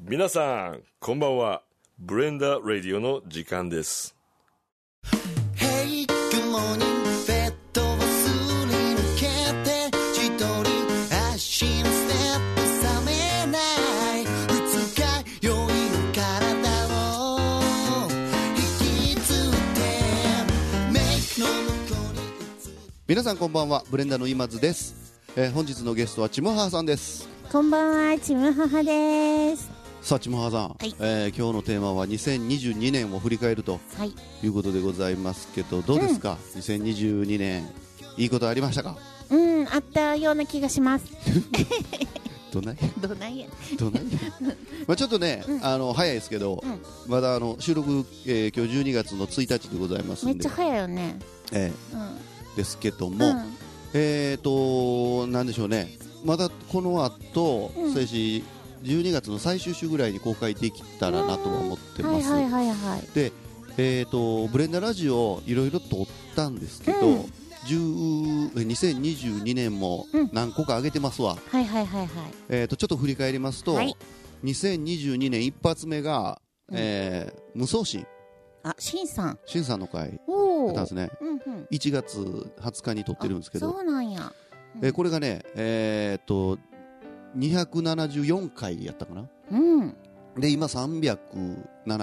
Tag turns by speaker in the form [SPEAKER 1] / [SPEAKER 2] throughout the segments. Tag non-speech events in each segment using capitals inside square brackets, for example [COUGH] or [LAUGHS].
[SPEAKER 1] 皆さん、こんばんは。ブレンダーラディオの時間です。
[SPEAKER 2] Hey, good morning ベッドをすり抜けて自撮り足のステップ冷めない二日酔いの体を引きつってメイクの向こうに
[SPEAKER 3] 皆さんこんばんはブレンダーの今津です、えー本日のゲストはちむはーさんです
[SPEAKER 4] こんばんは、ちむははです。
[SPEAKER 3] さあちむはーさん、
[SPEAKER 4] はい
[SPEAKER 3] えー今日のテーマは2022年を振り返ると
[SPEAKER 4] はい。
[SPEAKER 3] いうことでございますけどどうですか、2022年いいことありましたか
[SPEAKER 4] うん、あったような気がします。
[SPEAKER 3] どない
[SPEAKER 4] どないや。
[SPEAKER 3] どない [LAUGHS] まあちょっとね、あの早いですけど、
[SPEAKER 4] うん
[SPEAKER 3] まだあの収録、えー今日12月の1日でございます
[SPEAKER 4] めっ
[SPEAKER 3] んで
[SPEAKER 4] ちゃ早いよね。
[SPEAKER 3] え
[SPEAKER 4] うん。
[SPEAKER 3] ーですけども、
[SPEAKER 4] ん、
[SPEAKER 3] えーと、なんでしょうね、まだこの後、
[SPEAKER 4] うん
[SPEAKER 3] せいし、12月の最終週ぐらいに公開できたらなとは思って
[SPEAKER 4] は
[SPEAKER 3] ま
[SPEAKER 4] い
[SPEAKER 3] す。
[SPEAKER 4] はいはいはい。
[SPEAKER 3] で、えーと、ブレンダラジオ、いろいろ撮ったんですけど、
[SPEAKER 4] うん
[SPEAKER 3] 10え2022年も
[SPEAKER 4] うん
[SPEAKER 3] 何個か上げてますわ、
[SPEAKER 4] はいはいはいはい。
[SPEAKER 3] えーとちょっと振り返りますと、
[SPEAKER 4] はい
[SPEAKER 3] 2022年一発目が、
[SPEAKER 4] うん
[SPEAKER 3] えー無双心、
[SPEAKER 4] あ、しんさん。
[SPEAKER 3] しんさんの会だ
[SPEAKER 4] お
[SPEAKER 3] っ
[SPEAKER 4] お。
[SPEAKER 3] たんですね、
[SPEAKER 4] うんうん。
[SPEAKER 3] 1月20日に撮ってるんですけど
[SPEAKER 4] あ、そうなんや。
[SPEAKER 3] えーこれがね、えーっと、274回やったかな。
[SPEAKER 4] うん。
[SPEAKER 3] で、今307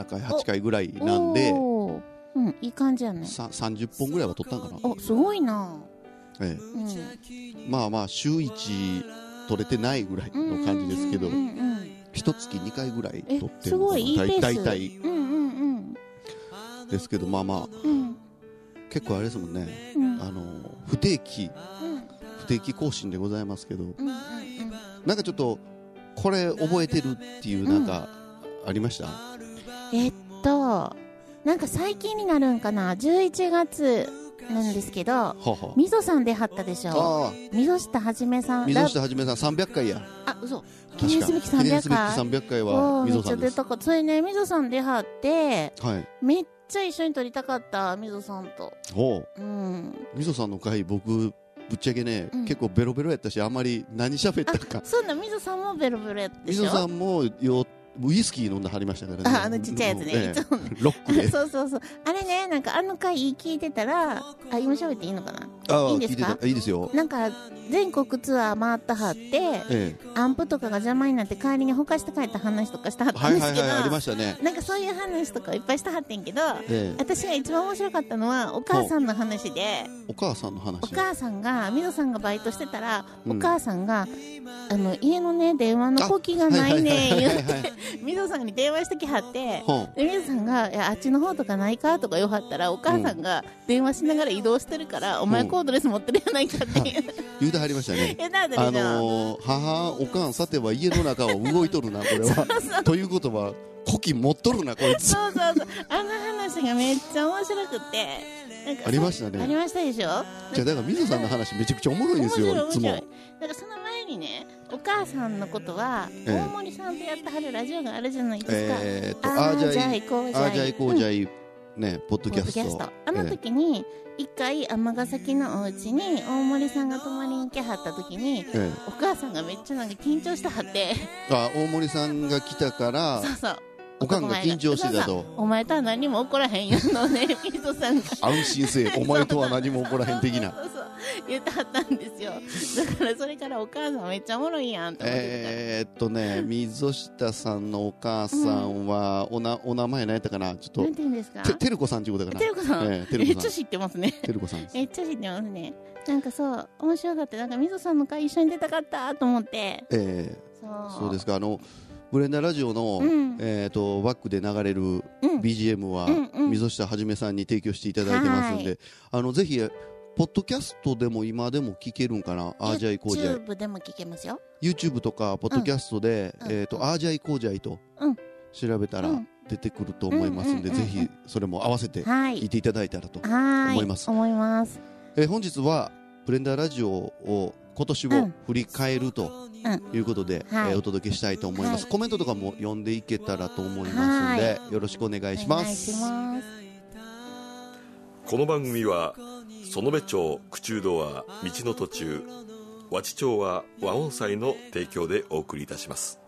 [SPEAKER 3] 回、8回ぐらいなんで、
[SPEAKER 4] おーうん、いい感じやね。
[SPEAKER 3] さ30本ぐらいは撮ったんかな。
[SPEAKER 4] お、すごいな。
[SPEAKER 3] え
[SPEAKER 4] うん。
[SPEAKER 3] えまあまあ、週1撮れてないぐらいの感じですけど
[SPEAKER 4] うん、うんうんうん
[SPEAKER 3] 一月2回ぐらい
[SPEAKER 4] え
[SPEAKER 3] 撮っ、て
[SPEAKER 4] す
[SPEAKER 3] る
[SPEAKER 4] ごいいいペース。
[SPEAKER 3] 大体
[SPEAKER 4] うんうんうん。
[SPEAKER 3] ですけど、まあまあ、
[SPEAKER 4] うん。
[SPEAKER 3] 結構あれですもんね、
[SPEAKER 4] うん。
[SPEAKER 3] あの、不定期、
[SPEAKER 4] うん。
[SPEAKER 3] 不定期更新でございますけど、
[SPEAKER 4] うんうんうん。
[SPEAKER 3] なんかちょっと、これ覚えてるっていう、なんか、ありました
[SPEAKER 4] えっと、なんか最近になるんかな、11月なんですけど、
[SPEAKER 3] はは
[SPEAKER 4] みぞさん出はったでしょ、
[SPEAKER 3] ああ。
[SPEAKER 4] みぞしたはじめさん、
[SPEAKER 3] 溝下はじめさん300回や
[SPEAKER 4] ラあ嘘
[SPEAKER 3] 確か
[SPEAKER 4] 記念すべき
[SPEAKER 3] 記念すべき
[SPEAKER 4] 300回、
[SPEAKER 3] 300回
[SPEAKER 4] お
[SPEAKER 3] は
[SPEAKER 4] ーめっ
[SPEAKER 3] 溝
[SPEAKER 4] ち
[SPEAKER 3] さ
[SPEAKER 4] ゃ
[SPEAKER 3] んで
[SPEAKER 4] 出
[SPEAKER 3] す
[SPEAKER 4] たかった、それね、みぞさん出はって、
[SPEAKER 3] はい
[SPEAKER 4] めっちゃ一緒に撮りたかった、みぞさんと。
[SPEAKER 3] ほう
[SPEAKER 4] うん、
[SPEAKER 3] 溝さんの回僕ぶっちゃけね、
[SPEAKER 4] うん
[SPEAKER 3] 結構ベロベロやったしあんまり何喋ったか
[SPEAKER 4] そんなみぞさんもベロベロやったでし
[SPEAKER 3] 溝
[SPEAKER 4] ょ
[SPEAKER 3] さんもよウイスキー飲んではりましたからね
[SPEAKER 4] ああのちっちゃいやつね、
[SPEAKER 3] ええ
[SPEAKER 4] いつもね
[SPEAKER 3] ロックで
[SPEAKER 4] [LAUGHS] そうそうそうあれねなんかあの回聞いてたらあ今喋っていいのかな
[SPEAKER 3] ああ
[SPEAKER 4] いいんですか
[SPEAKER 3] 聞いてたいいですよ
[SPEAKER 4] なんか全国ツアー回ったはって
[SPEAKER 3] え
[SPEAKER 4] アンプとかが邪魔になって代わりにほかして帰った話とかしたはっ
[SPEAKER 3] え
[SPEAKER 4] た
[SPEAKER 3] はい
[SPEAKER 4] んで
[SPEAKER 3] は
[SPEAKER 4] す
[SPEAKER 3] い
[SPEAKER 4] けど、
[SPEAKER 3] はいありましたね
[SPEAKER 4] なんかそういう話とかいっぱいしたはってんけど
[SPEAKER 3] ええ
[SPEAKER 4] 私が一番面白かったのはお母さんの話で
[SPEAKER 3] お母さんの話
[SPEAKER 4] お母さんがみぞさんがバイトしてたら、
[SPEAKER 3] うん
[SPEAKER 4] お母さんがあの家のね電話の呼気がないねん
[SPEAKER 3] はい
[SPEAKER 4] 言
[SPEAKER 3] はい
[SPEAKER 4] う
[SPEAKER 3] はいはい
[SPEAKER 4] みぞさんに電話してきはって
[SPEAKER 3] ほう
[SPEAKER 4] でみぞさんがいや「あっちの方とかないか?」とか言わはったらお母さんが電話しながら移動してるから「お前コードレス持ってるやないか」って言 [LAUGHS] う
[SPEAKER 3] 言うてはりました
[SPEAKER 4] [LAUGHS]
[SPEAKER 3] ね
[SPEAKER 4] 言うたはったでしょ
[SPEAKER 3] あのー母おかんさては家の中を動いとるなこれ
[SPEAKER 4] [LAUGHS]
[SPEAKER 3] はということは古希持っとるなこいつ
[SPEAKER 4] そうそうそう。あの話がめっちゃ面白くて。なんか
[SPEAKER 3] ありましたね
[SPEAKER 4] ありましたでしょ
[SPEAKER 3] じゃあだから水さんの話めちゃくちゃおもろいんですよいつも。
[SPEAKER 4] なんかその前にね、お母さんのことは、
[SPEAKER 3] ええ
[SPEAKER 4] 大森さんとやってはるラジオがあるじゃないですか。
[SPEAKER 3] えーっと
[SPEAKER 4] あ
[SPEAKER 3] あ
[SPEAKER 4] ー
[SPEAKER 3] ーじゃあい
[SPEAKER 4] 行こう
[SPEAKER 3] あーじゃあいこうじ
[SPEAKER 4] ゃ
[SPEAKER 3] ゃあいねポッドキャス
[SPEAKER 4] ポッドキャ
[SPEAKER 3] ト
[SPEAKER 4] ストあの
[SPEAKER 3] え
[SPEAKER 4] 時に、一回尼崎のお家に大森さんが泊まりに来はった時に、
[SPEAKER 3] ええ
[SPEAKER 4] お母さんがめっちゃなんか緊張してはって、
[SPEAKER 3] えあ大森さんが来たから
[SPEAKER 4] そうそう。
[SPEAKER 3] おかんが緊張してた
[SPEAKER 4] そう
[SPEAKER 3] と
[SPEAKER 4] そうお前とは何も起こらへんよのね、みぞさんが。
[SPEAKER 3] 安心せえお前とは何も起こらへん的な
[SPEAKER 4] そうそう言ってはったんですよだからそれからお母さんめっちゃおもろいやんと思って
[SPEAKER 3] えーっとね溝下さんのお母さんはおなお名前何やったかなち
[SPEAKER 4] た、
[SPEAKER 3] ょ
[SPEAKER 4] なん
[SPEAKER 3] って
[SPEAKER 4] 言うんですか
[SPEAKER 3] とててるこさんちゅうことか
[SPEAKER 4] てるこさ、
[SPEAKER 3] なんええて
[SPEAKER 4] め
[SPEAKER 3] る
[SPEAKER 4] っ
[SPEAKER 3] こ
[SPEAKER 4] ち
[SPEAKER 3] さ
[SPEAKER 4] ゃ
[SPEAKER 3] ん
[SPEAKER 4] 知ってますね
[SPEAKER 3] てるこさんです
[SPEAKER 4] めっちゃ知ってますねなんかそう面白かったなんかみぞさんの会一緒に出たかったと思って
[SPEAKER 3] ええ
[SPEAKER 4] そう
[SPEAKER 3] そうですすかあのブレンダーラジオの
[SPEAKER 4] うん
[SPEAKER 3] えーっとバックで流れる
[SPEAKER 4] うん
[SPEAKER 3] BGM は
[SPEAKER 4] うんうん
[SPEAKER 3] 溝下はじめさんに提供していただいてますんで、
[SPEAKER 4] は
[SPEAKER 3] あのぜひポッドキャストでも今でも聞けるんかな、あージャイこうじゃい、
[SPEAKER 4] YouTube でも聞けますよ
[SPEAKER 3] YouTube とかポッドキャストで、
[SPEAKER 4] うん
[SPEAKER 3] えっ、と、アージャイこうじゃいと
[SPEAKER 4] うん
[SPEAKER 3] 調べたら
[SPEAKER 4] うん
[SPEAKER 3] 出てくると思いますんで、
[SPEAKER 4] うんうんうんうん
[SPEAKER 3] ぜひそれも合わせて
[SPEAKER 4] は
[SPEAKER 3] 聞い
[SPEAKER 4] い
[SPEAKER 3] ていただいたらと、
[SPEAKER 4] はい
[SPEAKER 3] 思います
[SPEAKER 4] 思います
[SPEAKER 3] えー本日はブレンダーラジオを今年
[SPEAKER 4] う
[SPEAKER 3] を
[SPEAKER 4] ん
[SPEAKER 3] 振り返るということで、
[SPEAKER 4] はい
[SPEAKER 3] えーお届けしたいと思います、
[SPEAKER 4] はい
[SPEAKER 3] コメントとかも読んでいけたらと思いますんで、よろしくお願いします
[SPEAKER 4] お願いします
[SPEAKER 1] この番組は園部町口中堂は道の途中和知町は和音祭の提供でお送りいたします
[SPEAKER 2] 「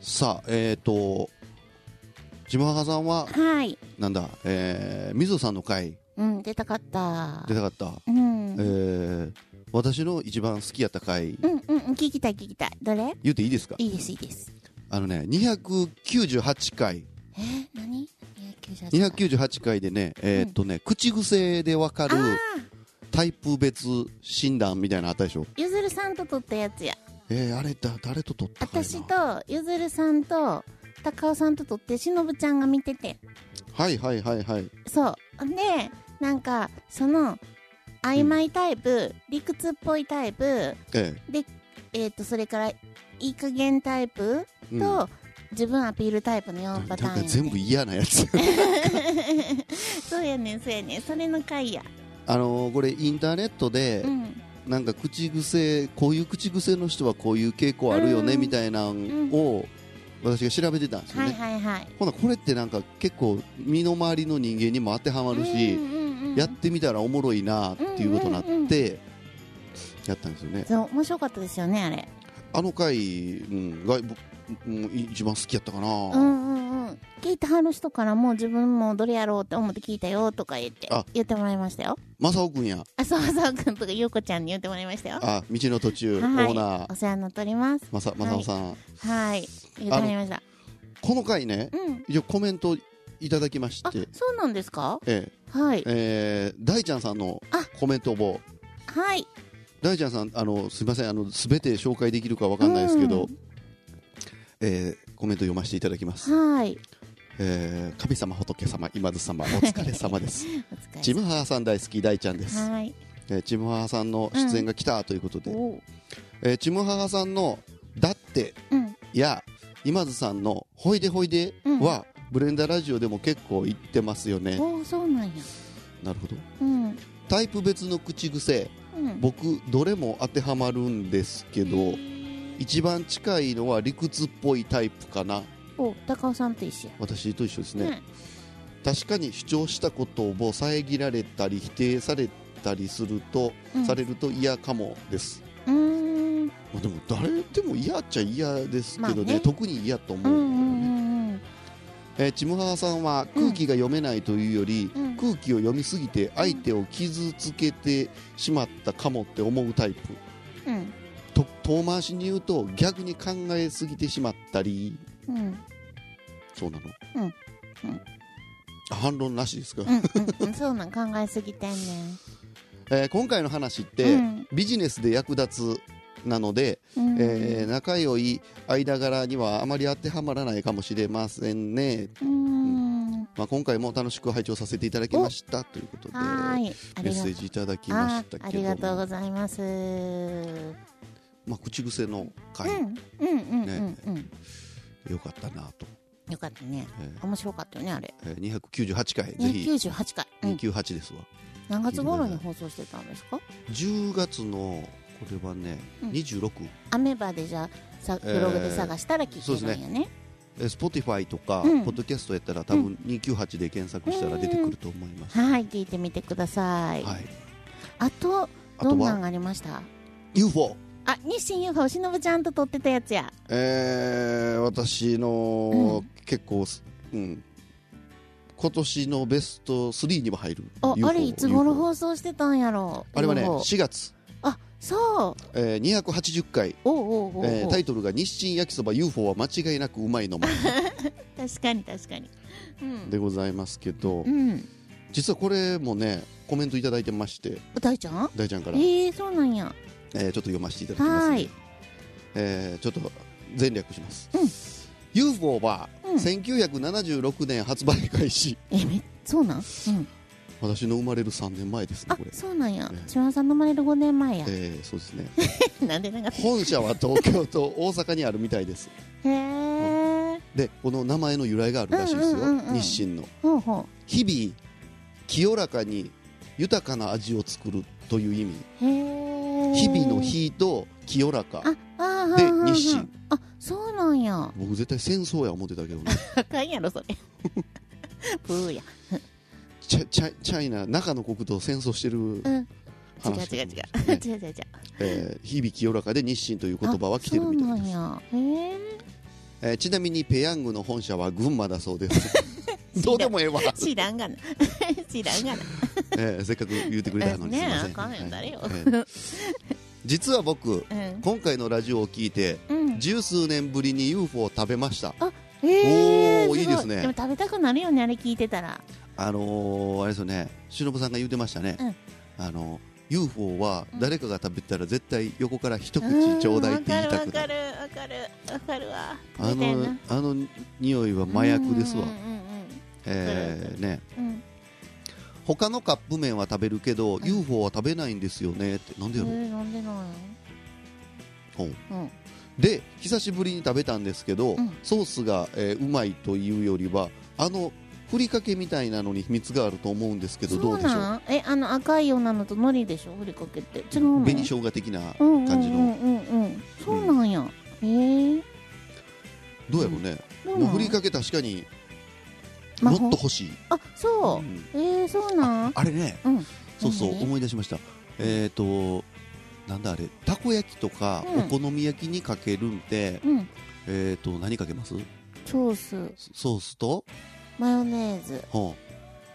[SPEAKER 3] さあえっ、とジムハカさんは
[SPEAKER 4] はい。
[SPEAKER 3] なんだえー、水野さんの回
[SPEAKER 4] うん、出たかった
[SPEAKER 3] 出。たかった、
[SPEAKER 4] うん。
[SPEAKER 3] えー、私の一番好きやった回
[SPEAKER 4] うんうんうん、聞きたい聞きたい。どれ
[SPEAKER 3] 言っていいですか
[SPEAKER 4] いいです、いいです。
[SPEAKER 3] あのね298回
[SPEAKER 4] えー、何 ?298
[SPEAKER 3] 298回でねえーっとね、口癖でわかる
[SPEAKER 4] あ
[SPEAKER 3] タイプ別診断みたいなのあったでしょ
[SPEAKER 4] ーゆずるさんと撮ったやつや。
[SPEAKER 3] えー、あれだ誰と撮ったかいな
[SPEAKER 4] 私とゆずるさんと高尾さんと撮ってしのぶちゃんが見てて
[SPEAKER 3] はいはいはいはい
[SPEAKER 4] そうでなんかその曖昧タイプ、理屈っぽいタイプ
[SPEAKER 3] え
[SPEAKER 4] えっ、とそれからいい加減タイプ
[SPEAKER 3] えうん
[SPEAKER 4] と、自分アピールタイプの
[SPEAKER 3] な
[SPEAKER 4] 4
[SPEAKER 3] んか
[SPEAKER 4] パターンや、ね、
[SPEAKER 3] 全部嫌なや
[SPEAKER 4] [LAUGHS]
[SPEAKER 3] つ
[SPEAKER 4] そうやねんそうやねんそれの回や
[SPEAKER 3] あのーこれインターネットで、
[SPEAKER 4] うん
[SPEAKER 3] なんか口癖こういう口癖の人はこういう傾向あるよね
[SPEAKER 4] うん
[SPEAKER 3] みたいなんを私が調べてたんですよ
[SPEAKER 4] はい
[SPEAKER 3] ね、
[SPEAKER 4] はいはい
[SPEAKER 3] ほなこれってなんか結構身の回りの人間にも当てはまる
[SPEAKER 4] う
[SPEAKER 3] し、
[SPEAKER 4] んうんうんうん
[SPEAKER 3] やってみたらおもろいなっていうことになって、
[SPEAKER 4] うんうんうん
[SPEAKER 3] やったんですよね
[SPEAKER 4] そう面白かったですよねあれ
[SPEAKER 3] あの回、うん、が、うん、一番好きやったかな、
[SPEAKER 4] うんうんうん聞いてはる人からも自分もどれやろうって思って聞いたよとか言って
[SPEAKER 3] あ
[SPEAKER 4] 言ってもらいましたよ
[SPEAKER 3] 正雄君や
[SPEAKER 4] あそうそうくんとかゆうこちゃんに言ってもらいましたよ
[SPEAKER 3] あ道の途中、
[SPEAKER 4] はい
[SPEAKER 3] オーナー
[SPEAKER 4] お世話になっております
[SPEAKER 3] まさ正雄さん、
[SPEAKER 4] はい言ってもらいました
[SPEAKER 3] この回ね
[SPEAKER 4] うん
[SPEAKER 3] 一応コメントいただきまし
[SPEAKER 4] あ
[SPEAKER 3] て
[SPEAKER 4] そうなんですか
[SPEAKER 3] ええ
[SPEAKER 4] はい
[SPEAKER 3] えー大ちゃんさんの
[SPEAKER 4] あ
[SPEAKER 3] コメントを
[SPEAKER 4] はい
[SPEAKER 3] 大ちゃんさんあのすみませんあの全て紹介できるかわかんないですけど、
[SPEAKER 4] う
[SPEAKER 3] えーコメント読ませていただきます、
[SPEAKER 4] はい
[SPEAKER 3] えー神様仏様今津様お疲れ様です
[SPEAKER 4] [LAUGHS] お疲れ
[SPEAKER 3] ちむはーさん大好き大ちゃんです、
[SPEAKER 4] はい
[SPEAKER 3] えー、ちむはーさんの出演が来たということで、
[SPEAKER 4] おう
[SPEAKER 3] えー、ちむはーさんの「だって
[SPEAKER 4] うん」
[SPEAKER 3] や今津さんの「ほいでほいで」は、ブレンダラジオでも結構言ってますよね
[SPEAKER 4] おうそうなんや
[SPEAKER 3] なるほど
[SPEAKER 4] うん
[SPEAKER 3] タイプ別の口癖
[SPEAKER 4] うん
[SPEAKER 3] 僕どれも当てはまるんですけど一番近いのは理屈っぽいタイプかな
[SPEAKER 4] お高尾さんと一緒や
[SPEAKER 3] 私と一緒ですね、
[SPEAKER 4] ね
[SPEAKER 3] 確かに主張したことを遮られたり否定されたりすると、
[SPEAKER 4] うん
[SPEAKER 3] されると嫌かもです
[SPEAKER 4] うーん
[SPEAKER 3] まあでも誰でも嫌っちゃ嫌ですけどね,、
[SPEAKER 4] まあね
[SPEAKER 3] 特に嫌と思う
[SPEAKER 4] うんうん
[SPEAKER 3] だよね、
[SPEAKER 4] ん
[SPEAKER 3] えーちむはわさんは空気が読めないというより、
[SPEAKER 4] うん
[SPEAKER 3] 空気を読みすぎて相手を傷つけてしまったかもって思うタイプ
[SPEAKER 4] うん
[SPEAKER 3] と遠回しに言うと逆に考えすぎてしまったり
[SPEAKER 4] うんうん
[SPEAKER 3] そうなの
[SPEAKER 4] うんうん
[SPEAKER 3] あ反論なしですか、
[SPEAKER 4] うんうんそうなん考えすぎてんねん
[SPEAKER 3] えー今回の話って、
[SPEAKER 4] うん
[SPEAKER 3] ビジネスで役立つなので、
[SPEAKER 4] うん
[SPEAKER 3] えー仲良い間柄にはあまり当てはまらないかもしれませんね、
[SPEAKER 4] うーん
[SPEAKER 3] まあ、今回も楽しく拝聴させていただきましたということで
[SPEAKER 4] はーいあ
[SPEAKER 3] メッ
[SPEAKER 4] りが
[SPEAKER 3] セ
[SPEAKER 4] と
[SPEAKER 3] ー
[SPEAKER 4] う
[SPEAKER 3] ジいただきま
[SPEAKER 4] あ
[SPEAKER 3] した
[SPEAKER 4] ーあ
[SPEAKER 3] け
[SPEAKER 4] り
[SPEAKER 3] ど
[SPEAKER 4] がとう
[SPEAKER 3] も
[SPEAKER 4] ございます、
[SPEAKER 3] まあ、口癖の回、
[SPEAKER 4] うんうんうんうんうん、
[SPEAKER 3] よかったなと、
[SPEAKER 4] よかったね
[SPEAKER 3] えー
[SPEAKER 4] 面白かったねあれ
[SPEAKER 3] えー298回ぜひ
[SPEAKER 4] 298回、うん、
[SPEAKER 3] 298ですわ、
[SPEAKER 4] 何月頃に放送してたんですか
[SPEAKER 3] 10月のこれはね、
[SPEAKER 4] うん
[SPEAKER 3] 26
[SPEAKER 4] アメバでじゃあさブログで探したら聞けるんやね,、
[SPEAKER 3] えー Spotify とか、
[SPEAKER 4] うん
[SPEAKER 3] ポッドキャストやったら多分298で検索したら出てくると思います、
[SPEAKER 4] はい聞いてみてください、
[SPEAKER 3] はい、
[SPEAKER 4] あと
[SPEAKER 3] あ
[SPEAKER 4] ど
[SPEAKER 3] と
[SPEAKER 4] んなん
[SPEAKER 3] は
[SPEAKER 4] ありました
[SPEAKER 3] UFO
[SPEAKER 4] あ日清 UFO しのぶちゃんと撮ってたやつや
[SPEAKER 3] えー、私の、結構すうん今年のベスト3にも入る
[SPEAKER 4] あ
[SPEAKER 3] UFO
[SPEAKER 4] あれいつ頃
[SPEAKER 3] UFO
[SPEAKER 4] 放送してたんやろ
[SPEAKER 3] あれはね
[SPEAKER 4] UFO
[SPEAKER 3] 4月、
[SPEAKER 4] あそう
[SPEAKER 3] えー、280回
[SPEAKER 4] おうおうおうおう、
[SPEAKER 3] えータイトルが「日清焼きそば UFO は間違いなくうまいのも
[SPEAKER 4] 確かに確かにうん」
[SPEAKER 3] でございますけど
[SPEAKER 4] うん
[SPEAKER 3] 実はこれもねコメントいただいてまして
[SPEAKER 4] 大ちゃん
[SPEAKER 3] 大ちゃんから、え
[SPEAKER 4] ええー、そうなんや
[SPEAKER 3] ーちょっと読ませていただきます、
[SPEAKER 4] はい
[SPEAKER 3] ねえーちょっと前略します、
[SPEAKER 4] うん
[SPEAKER 3] UFO は
[SPEAKER 4] うん
[SPEAKER 3] 1976年発売開始、
[SPEAKER 4] えめそうなん、うん、
[SPEAKER 3] 私の生まれる3年前ですね
[SPEAKER 4] あ
[SPEAKER 3] これ
[SPEAKER 4] そうなんや
[SPEAKER 3] ね
[SPEAKER 4] 千葉さんの生まれる5年前や、
[SPEAKER 3] えーそうですね
[SPEAKER 4] なんでなんかった
[SPEAKER 3] 本社は東京と大阪にあるみたいです
[SPEAKER 4] へえ
[SPEAKER 3] でこの名前の由来があるらしいですよ、
[SPEAKER 4] うんうんうんうん
[SPEAKER 3] 日清の
[SPEAKER 4] ほうほ
[SPEAKER 3] 日々清らかに豊かな味を作るという意味
[SPEAKER 4] うへえ
[SPEAKER 3] 日々の日と清らか
[SPEAKER 4] ああーは
[SPEAKER 3] で
[SPEAKER 4] ーはーはー
[SPEAKER 3] 日清
[SPEAKER 4] あそうなんや
[SPEAKER 3] 僕絶対戦争や思ってたけどね
[SPEAKER 4] あかんやろ [LAUGHS] それブーや
[SPEAKER 3] チャチャチャイナ中の国と戦争してる
[SPEAKER 4] うん違う
[SPEAKER 3] 話
[SPEAKER 4] 違う違う、
[SPEAKER 3] ね
[SPEAKER 4] [LAUGHS] 違う違う違う
[SPEAKER 3] えー日々清らかで日清という言葉は来てるみたいです
[SPEAKER 4] あそうなんやへえ
[SPEAKER 3] えーちなみにペヤングの本社は群馬だそうです
[SPEAKER 4] [LAUGHS]
[SPEAKER 3] [LAUGHS] どうでもええわ、
[SPEAKER 4] 知らんがな [LAUGHS] 知らんがな
[SPEAKER 3] えーせっかく言ってくれたのにすい
[SPEAKER 4] ね
[SPEAKER 3] ま
[SPEAKER 4] え
[SPEAKER 3] せん
[SPEAKER 4] あかんよ誰よ
[SPEAKER 3] はいえー実は僕
[SPEAKER 4] うん
[SPEAKER 3] 今回のラジオを聞いて
[SPEAKER 4] うん
[SPEAKER 3] 十数年ぶりに UFO を食べました
[SPEAKER 4] えー
[SPEAKER 3] おーいいですね
[SPEAKER 4] ごでも食べたくなるよねあれ聞いてたら
[SPEAKER 3] あのー、あれですよね忍さんが言ってましたね、あの UFO は誰かが食べたら絶対横から一口ちょうだいって言いた
[SPEAKER 4] うんわ
[SPEAKER 3] く
[SPEAKER 4] か
[SPEAKER 3] なる
[SPEAKER 4] るわかるわかるわか
[SPEAKER 3] あ
[SPEAKER 4] るわ食べたい
[SPEAKER 3] の
[SPEAKER 4] な
[SPEAKER 3] あの匂いは麻薬ですわ
[SPEAKER 4] うんうん
[SPEAKER 3] えーね
[SPEAKER 4] うんうん
[SPEAKER 3] 他のカップ麺は食べるけど、UFO は食べないんですよねってなんで
[SPEAKER 4] う
[SPEAKER 3] や
[SPEAKER 4] ん
[SPEAKER 3] ろう、
[SPEAKER 4] えーなんでなの
[SPEAKER 3] ほう
[SPEAKER 4] うん
[SPEAKER 3] で久しぶりに食べたんですけど、
[SPEAKER 4] うん
[SPEAKER 3] ソースが、えーうまいというよりはあのふりかけみたいなのに秘密があると思うんですけどどうでし
[SPEAKER 4] そ
[SPEAKER 3] ょ
[SPEAKER 4] なんえあの赤いようなのと海苔でしょふりかけって違う
[SPEAKER 3] う
[SPEAKER 4] の
[SPEAKER 3] 紅生姜的な
[SPEAKER 4] うん
[SPEAKER 3] 感じの、
[SPEAKER 4] うんうんうんうんそうなんやへえ
[SPEAKER 3] どうやろうね、
[SPEAKER 4] どう
[SPEAKER 3] も
[SPEAKER 4] な
[SPEAKER 3] うんふりかけ確かに
[SPEAKER 4] 魔
[SPEAKER 3] もっ
[SPEAKER 4] 法
[SPEAKER 3] と欲しい、
[SPEAKER 4] あそううんえーそうなん
[SPEAKER 3] あれね
[SPEAKER 4] うん
[SPEAKER 3] そうそう
[SPEAKER 4] 何
[SPEAKER 3] 思い出しましたえっ、となんだあれたこ焼きとか
[SPEAKER 4] うん
[SPEAKER 3] お好み焼きにかけるんで、
[SPEAKER 4] うん
[SPEAKER 3] えっ、と何かけます
[SPEAKER 4] ソース
[SPEAKER 3] ソースと
[SPEAKER 4] マヨネーズ
[SPEAKER 3] ほ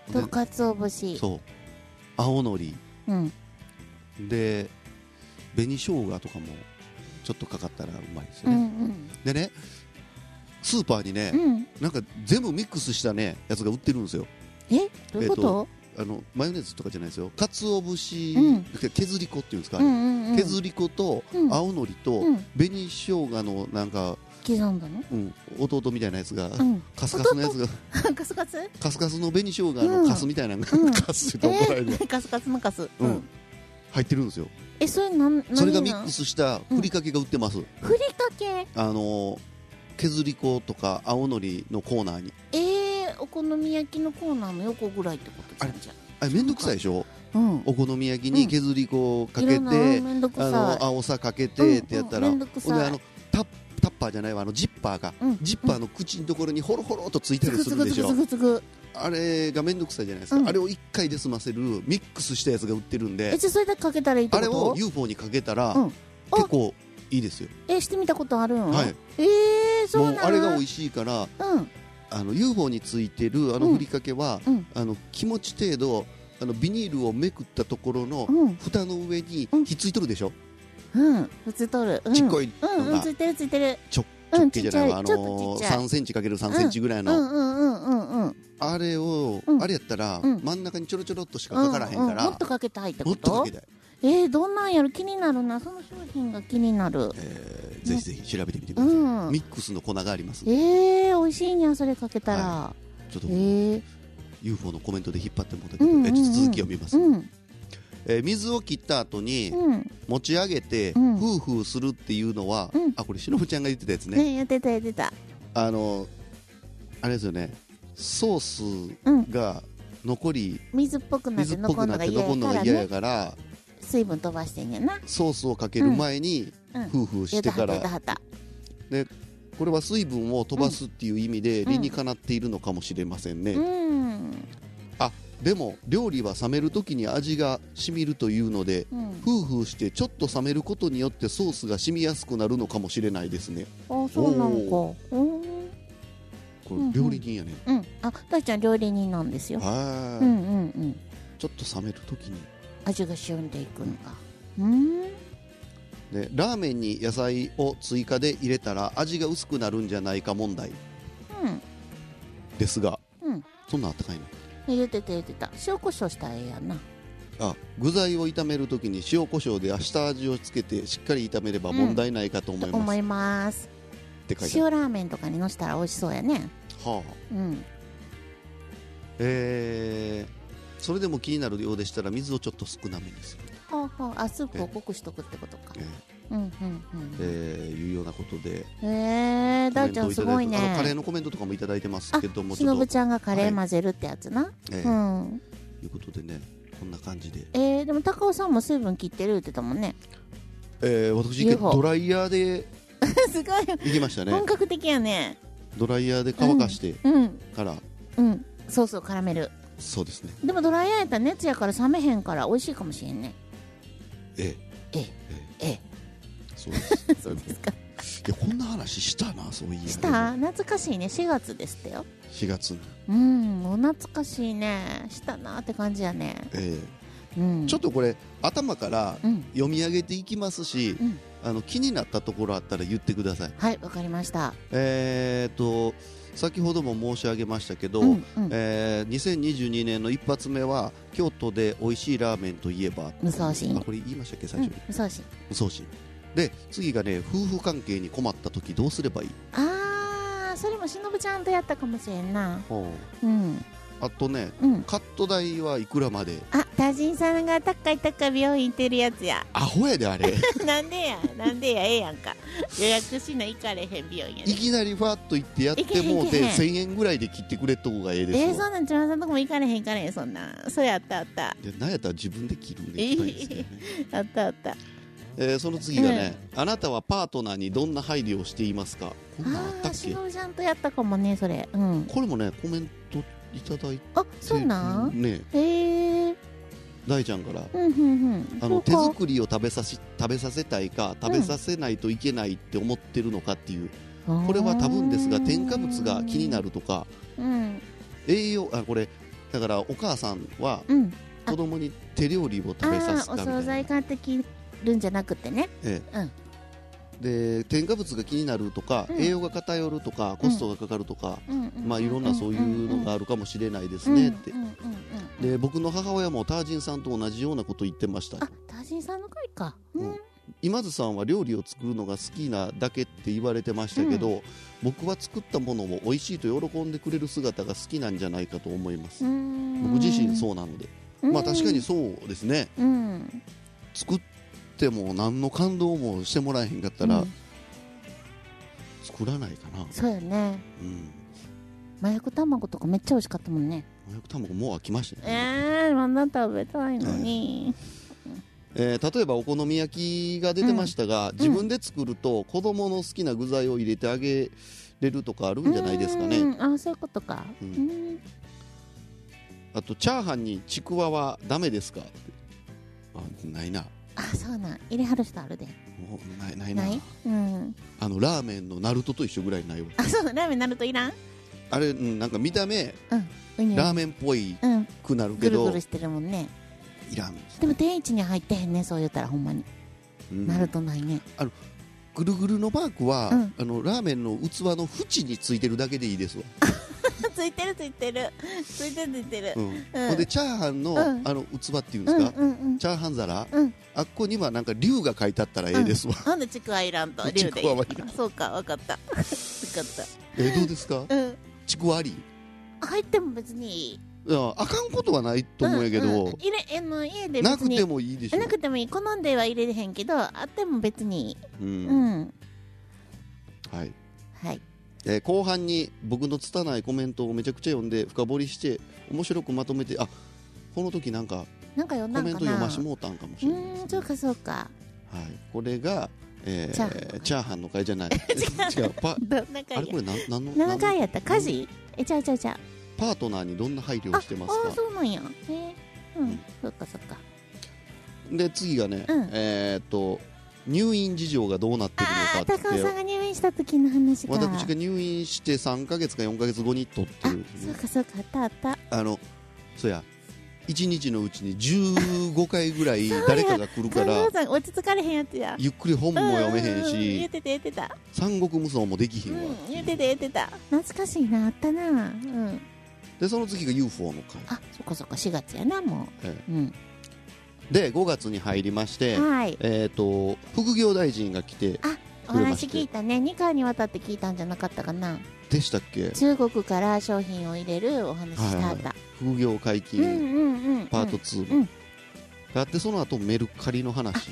[SPEAKER 3] う
[SPEAKER 4] と
[SPEAKER 3] で
[SPEAKER 4] かつお節
[SPEAKER 3] そう青のり
[SPEAKER 4] うん
[SPEAKER 3] で紅生姜とかもちょっとかかったらうまいです
[SPEAKER 4] う
[SPEAKER 3] よ
[SPEAKER 4] んう
[SPEAKER 3] ね、
[SPEAKER 4] ん
[SPEAKER 3] でねスーパーにね
[SPEAKER 4] う、ん
[SPEAKER 3] なんか全部ミックスしたねやつが売ってるんですよ
[SPEAKER 4] えどういうこと
[SPEAKER 3] あのマヨネーズとかじゃないですよ鰹節、
[SPEAKER 4] うん
[SPEAKER 3] 削り粉っていうんですか、あ
[SPEAKER 4] う
[SPEAKER 3] れ
[SPEAKER 4] んうんうん
[SPEAKER 3] 削り粉と
[SPEAKER 4] うん
[SPEAKER 3] 青のりと
[SPEAKER 4] うん
[SPEAKER 3] 紅生姜のなんか、
[SPEAKER 4] 刻んだの
[SPEAKER 3] うん、弟みたいなやつが、
[SPEAKER 4] うん
[SPEAKER 3] カスカスのやつが
[SPEAKER 4] [LAUGHS] カスカスえ
[SPEAKER 3] カスカスの紅生姜のカスみたいなのが、
[SPEAKER 4] うん
[SPEAKER 3] カスって怒られるわ
[SPEAKER 4] ー [LAUGHS] カスカスのカス
[SPEAKER 3] う
[SPEAKER 4] うんん
[SPEAKER 3] 入ってるんですよ
[SPEAKER 4] えそれなん何
[SPEAKER 3] それがミ
[SPEAKER 4] な
[SPEAKER 3] ッ
[SPEAKER 4] ん
[SPEAKER 3] クスしたふりかけが売ってます、
[SPEAKER 4] ふりかけ
[SPEAKER 3] あのー削り粉とか青のりのコーナーに
[SPEAKER 4] えーお好み焼きのコーナーの横ぐらいってことじゃんじゃ
[SPEAKER 3] あれめんどくさいでしょ
[SPEAKER 4] あうん
[SPEAKER 3] お好み焼きに削り粉をか
[SPEAKER 4] い
[SPEAKER 3] け
[SPEAKER 4] ろんな
[SPEAKER 3] て、
[SPEAKER 4] めんどく
[SPEAKER 3] あ
[SPEAKER 4] さ
[SPEAKER 3] の青さかけてってやったら、
[SPEAKER 4] うんうんめんどくさい
[SPEAKER 3] ほんであのタッタッパーじゃないわあのジッパーが、
[SPEAKER 4] いうん
[SPEAKER 3] ジッパーの口のところにホロホロとつい
[SPEAKER 4] つ
[SPEAKER 3] たり
[SPEAKER 4] ぐ
[SPEAKER 3] す
[SPEAKER 4] つ
[SPEAKER 3] る
[SPEAKER 4] ぐ
[SPEAKER 3] で
[SPEAKER 4] つ
[SPEAKER 3] し
[SPEAKER 4] ぐ
[SPEAKER 3] ょ
[SPEAKER 4] つぐつぐ
[SPEAKER 3] あれがめんどくさいじゃないですか、
[SPEAKER 4] うん
[SPEAKER 3] あれを1回で済ませるミックスしたやつが売ってるん
[SPEAKER 4] え
[SPEAKER 3] で
[SPEAKER 4] じゃあそれだけかけたらいいって
[SPEAKER 3] あ
[SPEAKER 4] こ
[SPEAKER 3] れを
[SPEAKER 4] と
[SPEAKER 3] UFO にかけたら、
[SPEAKER 4] うんあ
[SPEAKER 3] 結構いいですよ
[SPEAKER 4] えしてみたことあるん
[SPEAKER 3] はい
[SPEAKER 4] えーそう
[SPEAKER 3] も
[SPEAKER 4] な
[SPEAKER 3] うんあれが美
[SPEAKER 4] い
[SPEAKER 3] 味しいから
[SPEAKER 4] うん
[SPEAKER 3] あの UFO についてるあの
[SPEAKER 4] うん
[SPEAKER 3] ふりかけは、
[SPEAKER 4] うん
[SPEAKER 3] あの気持ち程度あのビニールをめくったところの
[SPEAKER 4] うん
[SPEAKER 3] 蓋の上に
[SPEAKER 4] うん
[SPEAKER 3] ひっついとるでしょ、
[SPEAKER 4] うん普通取るうん
[SPEAKER 3] ちっこい
[SPEAKER 4] うん
[SPEAKER 3] の
[SPEAKER 4] うん
[SPEAKER 3] が
[SPEAKER 4] ついてるついてる
[SPEAKER 3] ちょ
[SPEAKER 4] う
[SPEAKER 3] 直
[SPEAKER 4] ん
[SPEAKER 3] 径じゃないわ、
[SPEAKER 4] ちっちゃい
[SPEAKER 3] あ
[SPEAKER 4] ちょ
[SPEAKER 3] の
[SPEAKER 4] っと
[SPEAKER 3] ー、
[SPEAKER 4] ちっちゃい
[SPEAKER 3] 3センチかける3センチぐらい
[SPEAKER 4] うんう
[SPEAKER 3] の、
[SPEAKER 4] んうんうんうん
[SPEAKER 3] あれを、
[SPEAKER 4] うん
[SPEAKER 3] あれやったら、
[SPEAKER 4] うん
[SPEAKER 3] 真ん中にちょろちょろっとしかかからへんから、
[SPEAKER 4] ううもっとかけたいって
[SPEAKER 3] も
[SPEAKER 4] こ
[SPEAKER 3] っと
[SPEAKER 4] と
[SPEAKER 3] かけたい、
[SPEAKER 4] えー、どんなんやる気になるなその商品が気になる
[SPEAKER 3] えーぜひぜひ調べてみてく
[SPEAKER 4] う
[SPEAKER 3] ださい、
[SPEAKER 4] ん
[SPEAKER 3] ミックスの粉がありますちょ
[SPEAKER 4] えー、美味しいにゃそれかけたら、
[SPEAKER 3] っと、
[SPEAKER 4] えー、
[SPEAKER 3] UFO のコメントで引っ張ってもらったけど、
[SPEAKER 4] うんうん
[SPEAKER 3] え
[SPEAKER 4] うん
[SPEAKER 3] ちょっと続きを見ます、
[SPEAKER 4] うん
[SPEAKER 3] えー水を切った後に
[SPEAKER 4] うん
[SPEAKER 3] 持ち上げて、
[SPEAKER 4] うん
[SPEAKER 3] フーフーするっていうのは、
[SPEAKER 4] うん
[SPEAKER 3] あこれしのぶちゃんが言ってたやつね
[SPEAKER 4] ねやってたやってた
[SPEAKER 3] あのあれですよねソー
[SPEAKER 4] うん
[SPEAKER 3] スが残り
[SPEAKER 4] 水っぽくなっ
[SPEAKER 3] 水
[SPEAKER 4] て
[SPEAKER 3] っぽ
[SPEAKER 4] 残
[SPEAKER 3] く
[SPEAKER 4] る
[SPEAKER 3] な
[SPEAKER 4] の
[SPEAKER 3] っ
[SPEAKER 4] が
[SPEAKER 3] て残るのが
[SPEAKER 4] 嫌やから
[SPEAKER 3] 嫌
[SPEAKER 4] ね
[SPEAKER 3] やから
[SPEAKER 4] 水分飛ばしてんやな
[SPEAKER 3] ソースをかける前に
[SPEAKER 4] うん
[SPEAKER 3] フーフーし
[SPEAKER 4] や
[SPEAKER 3] て
[SPEAKER 4] だ
[SPEAKER 3] か
[SPEAKER 4] はた
[SPEAKER 3] ら
[SPEAKER 4] やだはた
[SPEAKER 3] これは水分を飛ばすっていう意味で
[SPEAKER 4] うん
[SPEAKER 3] 理にかなっているのかもしれませんね、
[SPEAKER 4] うん
[SPEAKER 3] でも料理は冷める時に味が染みるというので
[SPEAKER 4] うん
[SPEAKER 3] フーフーしてちょっと冷めることによってソースが染みやすくなるのかもしれないですね
[SPEAKER 4] あそうなのかうん
[SPEAKER 3] こ
[SPEAKER 4] うんうん
[SPEAKER 3] れ料理人やね、
[SPEAKER 4] うんあ大ちゃん料理人なんですよ
[SPEAKER 3] は
[SPEAKER 4] う
[SPEAKER 3] い、
[SPEAKER 4] んうんうん
[SPEAKER 3] ちょっと冷める時に
[SPEAKER 4] 味がしゅんでいくのがうん
[SPEAKER 3] でラーメンに野菜を追加で入れたら味が薄くなるんじゃないか問題ですが
[SPEAKER 4] うんうん
[SPEAKER 3] そんなんあったかいの
[SPEAKER 4] 言ってた言ってた塩コショウしたらええやんな
[SPEAKER 3] あ具材を炒める時に塩コショウで下味をつけてしっかり炒めれば問題ないかと思
[SPEAKER 4] と
[SPEAKER 3] います、
[SPEAKER 4] 思
[SPEAKER 3] っ
[SPEAKER 4] います
[SPEAKER 3] て書いてあ
[SPEAKER 4] 塩ラーメンとかにのしたら美味しそうやね
[SPEAKER 3] る、はあ、
[SPEAKER 4] うん
[SPEAKER 3] えーそれでも気になるようでしたら水をちょっと少なめにする、
[SPEAKER 4] ほうほうあスープを濃くしとくってことか
[SPEAKER 3] えー
[SPEAKER 4] うんうんうん
[SPEAKER 3] えーいうようなことで
[SPEAKER 4] へえ大ちゃんすごいね
[SPEAKER 3] コメントをただてあのカレーのコメントとかもいただいてますけども
[SPEAKER 4] あし
[SPEAKER 3] ちょ
[SPEAKER 4] の
[SPEAKER 3] っと
[SPEAKER 4] ぶちゃんがカレー混ぜるってやつな、
[SPEAKER 3] え
[SPEAKER 4] う
[SPEAKER 3] ー
[SPEAKER 4] ん
[SPEAKER 3] いうことでねこんな感じで、
[SPEAKER 4] えー、でも高尾さんも水分切ってるって言ったもんね
[SPEAKER 3] えー私
[SPEAKER 4] UFO
[SPEAKER 3] ドライヤーです
[SPEAKER 4] ごい
[SPEAKER 3] 行きましたね
[SPEAKER 4] 本格的やね
[SPEAKER 3] ドライヤーで乾かして
[SPEAKER 4] うん
[SPEAKER 3] から、
[SPEAKER 4] うんソースを絡める
[SPEAKER 3] そうですね
[SPEAKER 4] でもドライヤーやったら熱やから冷めへんから美味しいかもしれんね
[SPEAKER 3] ええ
[SPEAKER 4] えええ
[SPEAKER 3] そうです
[SPEAKER 4] え [LAUGHS] そうですか
[SPEAKER 3] いやこんな話したなそういや
[SPEAKER 4] した懐かしいね4月ですってよ
[SPEAKER 3] 4月に、
[SPEAKER 4] うんお懐かしいねしたなって感じやね
[SPEAKER 3] え
[SPEAKER 4] うん
[SPEAKER 3] えちょっとこれ頭から
[SPEAKER 4] うん
[SPEAKER 3] 読み上げていきますし、
[SPEAKER 4] うん
[SPEAKER 3] あの気になったところあったら言ってください
[SPEAKER 4] はいわかりました
[SPEAKER 3] えー、と先ほども申し上げましたけど、
[SPEAKER 4] うんうん
[SPEAKER 3] えー2022年の一発目は京都で美味しいラーメンといえば
[SPEAKER 4] 無双心
[SPEAKER 3] あこれ言いましたっけ最
[SPEAKER 4] う
[SPEAKER 3] 初に、
[SPEAKER 4] んそうし
[SPEAKER 3] 無双心で次がね夫婦関係に困った時どうすればいい、
[SPEAKER 4] あーそれもしのぶちゃんとやったかもしれんなうん
[SPEAKER 3] あとね
[SPEAKER 4] うん
[SPEAKER 3] カット代はいくらまで
[SPEAKER 4] あ多人さんが高い高い病院行ってるやつや [LAUGHS]
[SPEAKER 3] アホやであれ
[SPEAKER 4] なんでやなんでやええやんか予約しな行かれへん病院や
[SPEAKER 3] [LAUGHS] い
[SPEAKER 4] で
[SPEAKER 3] きなりファッと行ってやってもう
[SPEAKER 4] いけへんいけ
[SPEAKER 3] て
[SPEAKER 4] へ
[SPEAKER 3] 1000
[SPEAKER 4] ん
[SPEAKER 3] 円ぐらいで切ってくれとこがええですよ、
[SPEAKER 4] えー、そんなんちまさんとこも行かれへん行かれへんそんなんそれあったあった
[SPEAKER 3] でなんやったら自分で切るんでいきたいですけどね、
[SPEAKER 4] あったあった
[SPEAKER 3] えーその次がね、あなたはパートナーにどんな配慮をしていますかこんなんあっ
[SPEAKER 4] あ
[SPEAKER 3] た
[SPEAKER 4] あ
[SPEAKER 3] っ
[SPEAKER 4] し
[SPEAKER 3] け
[SPEAKER 4] のぶちゃんとやったかもねそれうん
[SPEAKER 3] これもねコメントいただいて
[SPEAKER 4] あそうなん
[SPEAKER 3] ね
[SPEAKER 4] へえ
[SPEAKER 3] 大ちゃんから
[SPEAKER 4] うんうんうん
[SPEAKER 3] あ
[SPEAKER 4] そ
[SPEAKER 3] の
[SPEAKER 4] う
[SPEAKER 3] 手
[SPEAKER 4] か
[SPEAKER 3] 作りを食べさし食べさせたいか食べさせないといけないって思ってるのかっていう、これは多分ですが添加物が気になるとか
[SPEAKER 4] うん
[SPEAKER 3] 栄養あこれだからお母さんは
[SPEAKER 4] うん
[SPEAKER 3] 子供に手料理を
[SPEAKER 4] あ
[SPEAKER 3] 食べさせた
[SPEAKER 4] あ
[SPEAKER 3] みた
[SPEAKER 4] ーお
[SPEAKER 3] い
[SPEAKER 4] 惣
[SPEAKER 3] な
[SPEAKER 4] 菜買ってきるんじゃなくてね
[SPEAKER 3] ええ
[SPEAKER 4] うん
[SPEAKER 3] で添加物が気になるとか、
[SPEAKER 4] うん
[SPEAKER 3] 栄養が偏るとかコストがかかるとか、
[SPEAKER 4] うんうんうん
[SPEAKER 3] まあ、いろんなそういうのがあるかもしれないです
[SPEAKER 4] うんうん
[SPEAKER 3] ね
[SPEAKER 4] う
[SPEAKER 3] っ
[SPEAKER 4] ん
[SPEAKER 3] て
[SPEAKER 4] うんうんうん
[SPEAKER 3] で僕の母親もタージンさんと同じようなこと言ってました
[SPEAKER 4] あ多人さんの会か
[SPEAKER 3] う
[SPEAKER 4] うんん
[SPEAKER 3] 今津さんは料理を作るのが好きなだけって言われてましたけど、僕は作ったものを美味しいと喜んでくれる姿が好きなんじゃないかと思います、僕
[SPEAKER 4] 僕
[SPEAKER 3] 自身そうなので、
[SPEAKER 4] うん
[SPEAKER 3] まあ確かにそうですね
[SPEAKER 4] うん
[SPEAKER 3] 作っても何の感動もしてもらえへんかった
[SPEAKER 4] う
[SPEAKER 3] ら
[SPEAKER 4] ん
[SPEAKER 3] 作らないかな
[SPEAKER 4] そうよね
[SPEAKER 3] うん
[SPEAKER 4] 麻薬卵とかめっちゃ美味しかったもんね
[SPEAKER 3] 麻薬卵もう飽きましたね、
[SPEAKER 4] えーまだ食べたいのに
[SPEAKER 3] えー例えばお好み焼きが出てましたが、自分で作ると子供の好きな具材を入れてあげれるとかあるんじゃないですかね、
[SPEAKER 4] うんあそういうことか
[SPEAKER 3] う
[SPEAKER 4] うんん
[SPEAKER 3] あとチャーハンにちくわはダメですかってあないな
[SPEAKER 4] あそうなん入れはる人あるで
[SPEAKER 3] もうないないな
[SPEAKER 4] ないうん
[SPEAKER 3] あのラーメンのナルトと一緒ぐらいないわ
[SPEAKER 4] あそうだラーメンなるといらん
[SPEAKER 3] あれ、うん、なんか見た目
[SPEAKER 4] うにゅ
[SPEAKER 3] ラーメンっぽい
[SPEAKER 4] うん
[SPEAKER 3] くなるけ
[SPEAKER 4] ぐる
[SPEAKER 3] ど
[SPEAKER 4] ぐるしてるもんね
[SPEAKER 3] いらんです
[SPEAKER 4] でも定位置には入ってへんねそう言ったらほんまに
[SPEAKER 3] うん
[SPEAKER 4] なるとないね
[SPEAKER 3] ぐるぐるのマークは、
[SPEAKER 4] うん
[SPEAKER 3] あのラーメンの器の縁についてるだけでいいですわ、
[SPEAKER 4] [LAUGHS] ついてるついてるついてるついてる
[SPEAKER 3] うんほんでチャーハンの,、
[SPEAKER 4] うん
[SPEAKER 3] あの器っていうんで
[SPEAKER 4] う
[SPEAKER 3] す
[SPEAKER 4] ん
[SPEAKER 3] か、
[SPEAKER 4] うんうん
[SPEAKER 3] チャーハン皿、
[SPEAKER 4] うん
[SPEAKER 3] あっこにはなんか龍が書いてあったらええです
[SPEAKER 4] [LAUGHS]
[SPEAKER 3] わ、
[SPEAKER 4] なんでちくわいらんと
[SPEAKER 3] ち
[SPEAKER 4] 竜
[SPEAKER 3] く
[SPEAKER 4] で
[SPEAKER 3] わはいらん
[SPEAKER 4] そうかわかったわかっ
[SPEAKER 3] えどうですか
[SPEAKER 4] たうん
[SPEAKER 3] ちくわあり
[SPEAKER 4] 入っても別にいい
[SPEAKER 3] いやあかんことはないと思うんやけど、
[SPEAKER 4] んん入れあの家で
[SPEAKER 3] な
[SPEAKER 4] 別
[SPEAKER 3] く
[SPEAKER 4] に
[SPEAKER 3] てもいいでしょ
[SPEAKER 4] なくてもいい好んでは入れへんけどあっても別にいい
[SPEAKER 3] うん
[SPEAKER 4] うん
[SPEAKER 3] はい
[SPEAKER 4] はい
[SPEAKER 3] えー後半に僕の拙いコメントをめちゃくちゃ読んで深掘りして面白くまとめてあこの時なんか
[SPEAKER 4] なんか読ん
[SPEAKER 3] コ
[SPEAKER 4] だ
[SPEAKER 3] メ
[SPEAKER 4] ん
[SPEAKER 3] ント
[SPEAKER 4] か
[SPEAKER 3] 読
[SPEAKER 4] な
[SPEAKER 3] ましてもうたんかもし
[SPEAKER 4] う
[SPEAKER 3] れない
[SPEAKER 4] ーん
[SPEAKER 3] です
[SPEAKER 4] そ
[SPEAKER 3] ね
[SPEAKER 4] うかそうか
[SPEAKER 3] はい、これが、えー
[SPEAKER 4] チャーハンの回
[SPEAKER 3] チャーハンの会じゃない
[SPEAKER 4] [LAUGHS]
[SPEAKER 3] 違うパ
[SPEAKER 4] どんな
[SPEAKER 3] あれ
[SPEAKER 4] 回
[SPEAKER 3] こ
[SPEAKER 4] や
[SPEAKER 3] れなんなんのな
[SPEAKER 4] 何回
[SPEAKER 3] んの
[SPEAKER 4] やった家事えちゃうちゃうちゃう
[SPEAKER 3] パートナーにどんな配慮
[SPEAKER 4] あ
[SPEAKER 3] をしてます
[SPEAKER 4] あ
[SPEAKER 3] か
[SPEAKER 4] そうなんやへえう
[SPEAKER 3] うん
[SPEAKER 4] んそっかそっか
[SPEAKER 3] で次がね、
[SPEAKER 4] うん
[SPEAKER 3] えーっと入院事情がどうなってる
[SPEAKER 4] ああ
[SPEAKER 3] のかって
[SPEAKER 4] 高尾さんが入院した時の話か
[SPEAKER 3] 私が入院して3か月か4か月後に取って
[SPEAKER 4] あ
[SPEAKER 3] る
[SPEAKER 4] そうかそうかあったあった
[SPEAKER 3] あのそや1日のうちに15回ぐらい誰かが来るか
[SPEAKER 4] 高
[SPEAKER 3] ら
[SPEAKER 4] 尾さん落ち着かれへんやつや
[SPEAKER 3] ゆっくり本も読めへん
[SPEAKER 4] ううう言っ
[SPEAKER 3] して
[SPEAKER 4] た言ってた
[SPEAKER 3] 三国無双もでき
[SPEAKER 4] う
[SPEAKER 3] ひんわ、
[SPEAKER 4] ん言ってた言ってた懐かしいなあったなうん
[SPEAKER 3] でその次が UFO の回
[SPEAKER 4] あそっかそっか4月やなもう、
[SPEAKER 3] え
[SPEAKER 4] うん
[SPEAKER 3] で5月に入りまして、
[SPEAKER 4] はい
[SPEAKER 3] えー、と副業大臣が来て
[SPEAKER 4] お話聞いたね2回にわたって聞いたんじゃなかったかな
[SPEAKER 3] でしたっけ
[SPEAKER 4] 中国から商品を入れるお話したあった、
[SPEAKER 3] 副業解禁、
[SPEAKER 4] うんうんうん
[SPEAKER 3] パート2、
[SPEAKER 4] うん
[SPEAKER 3] があってその後メルカリの話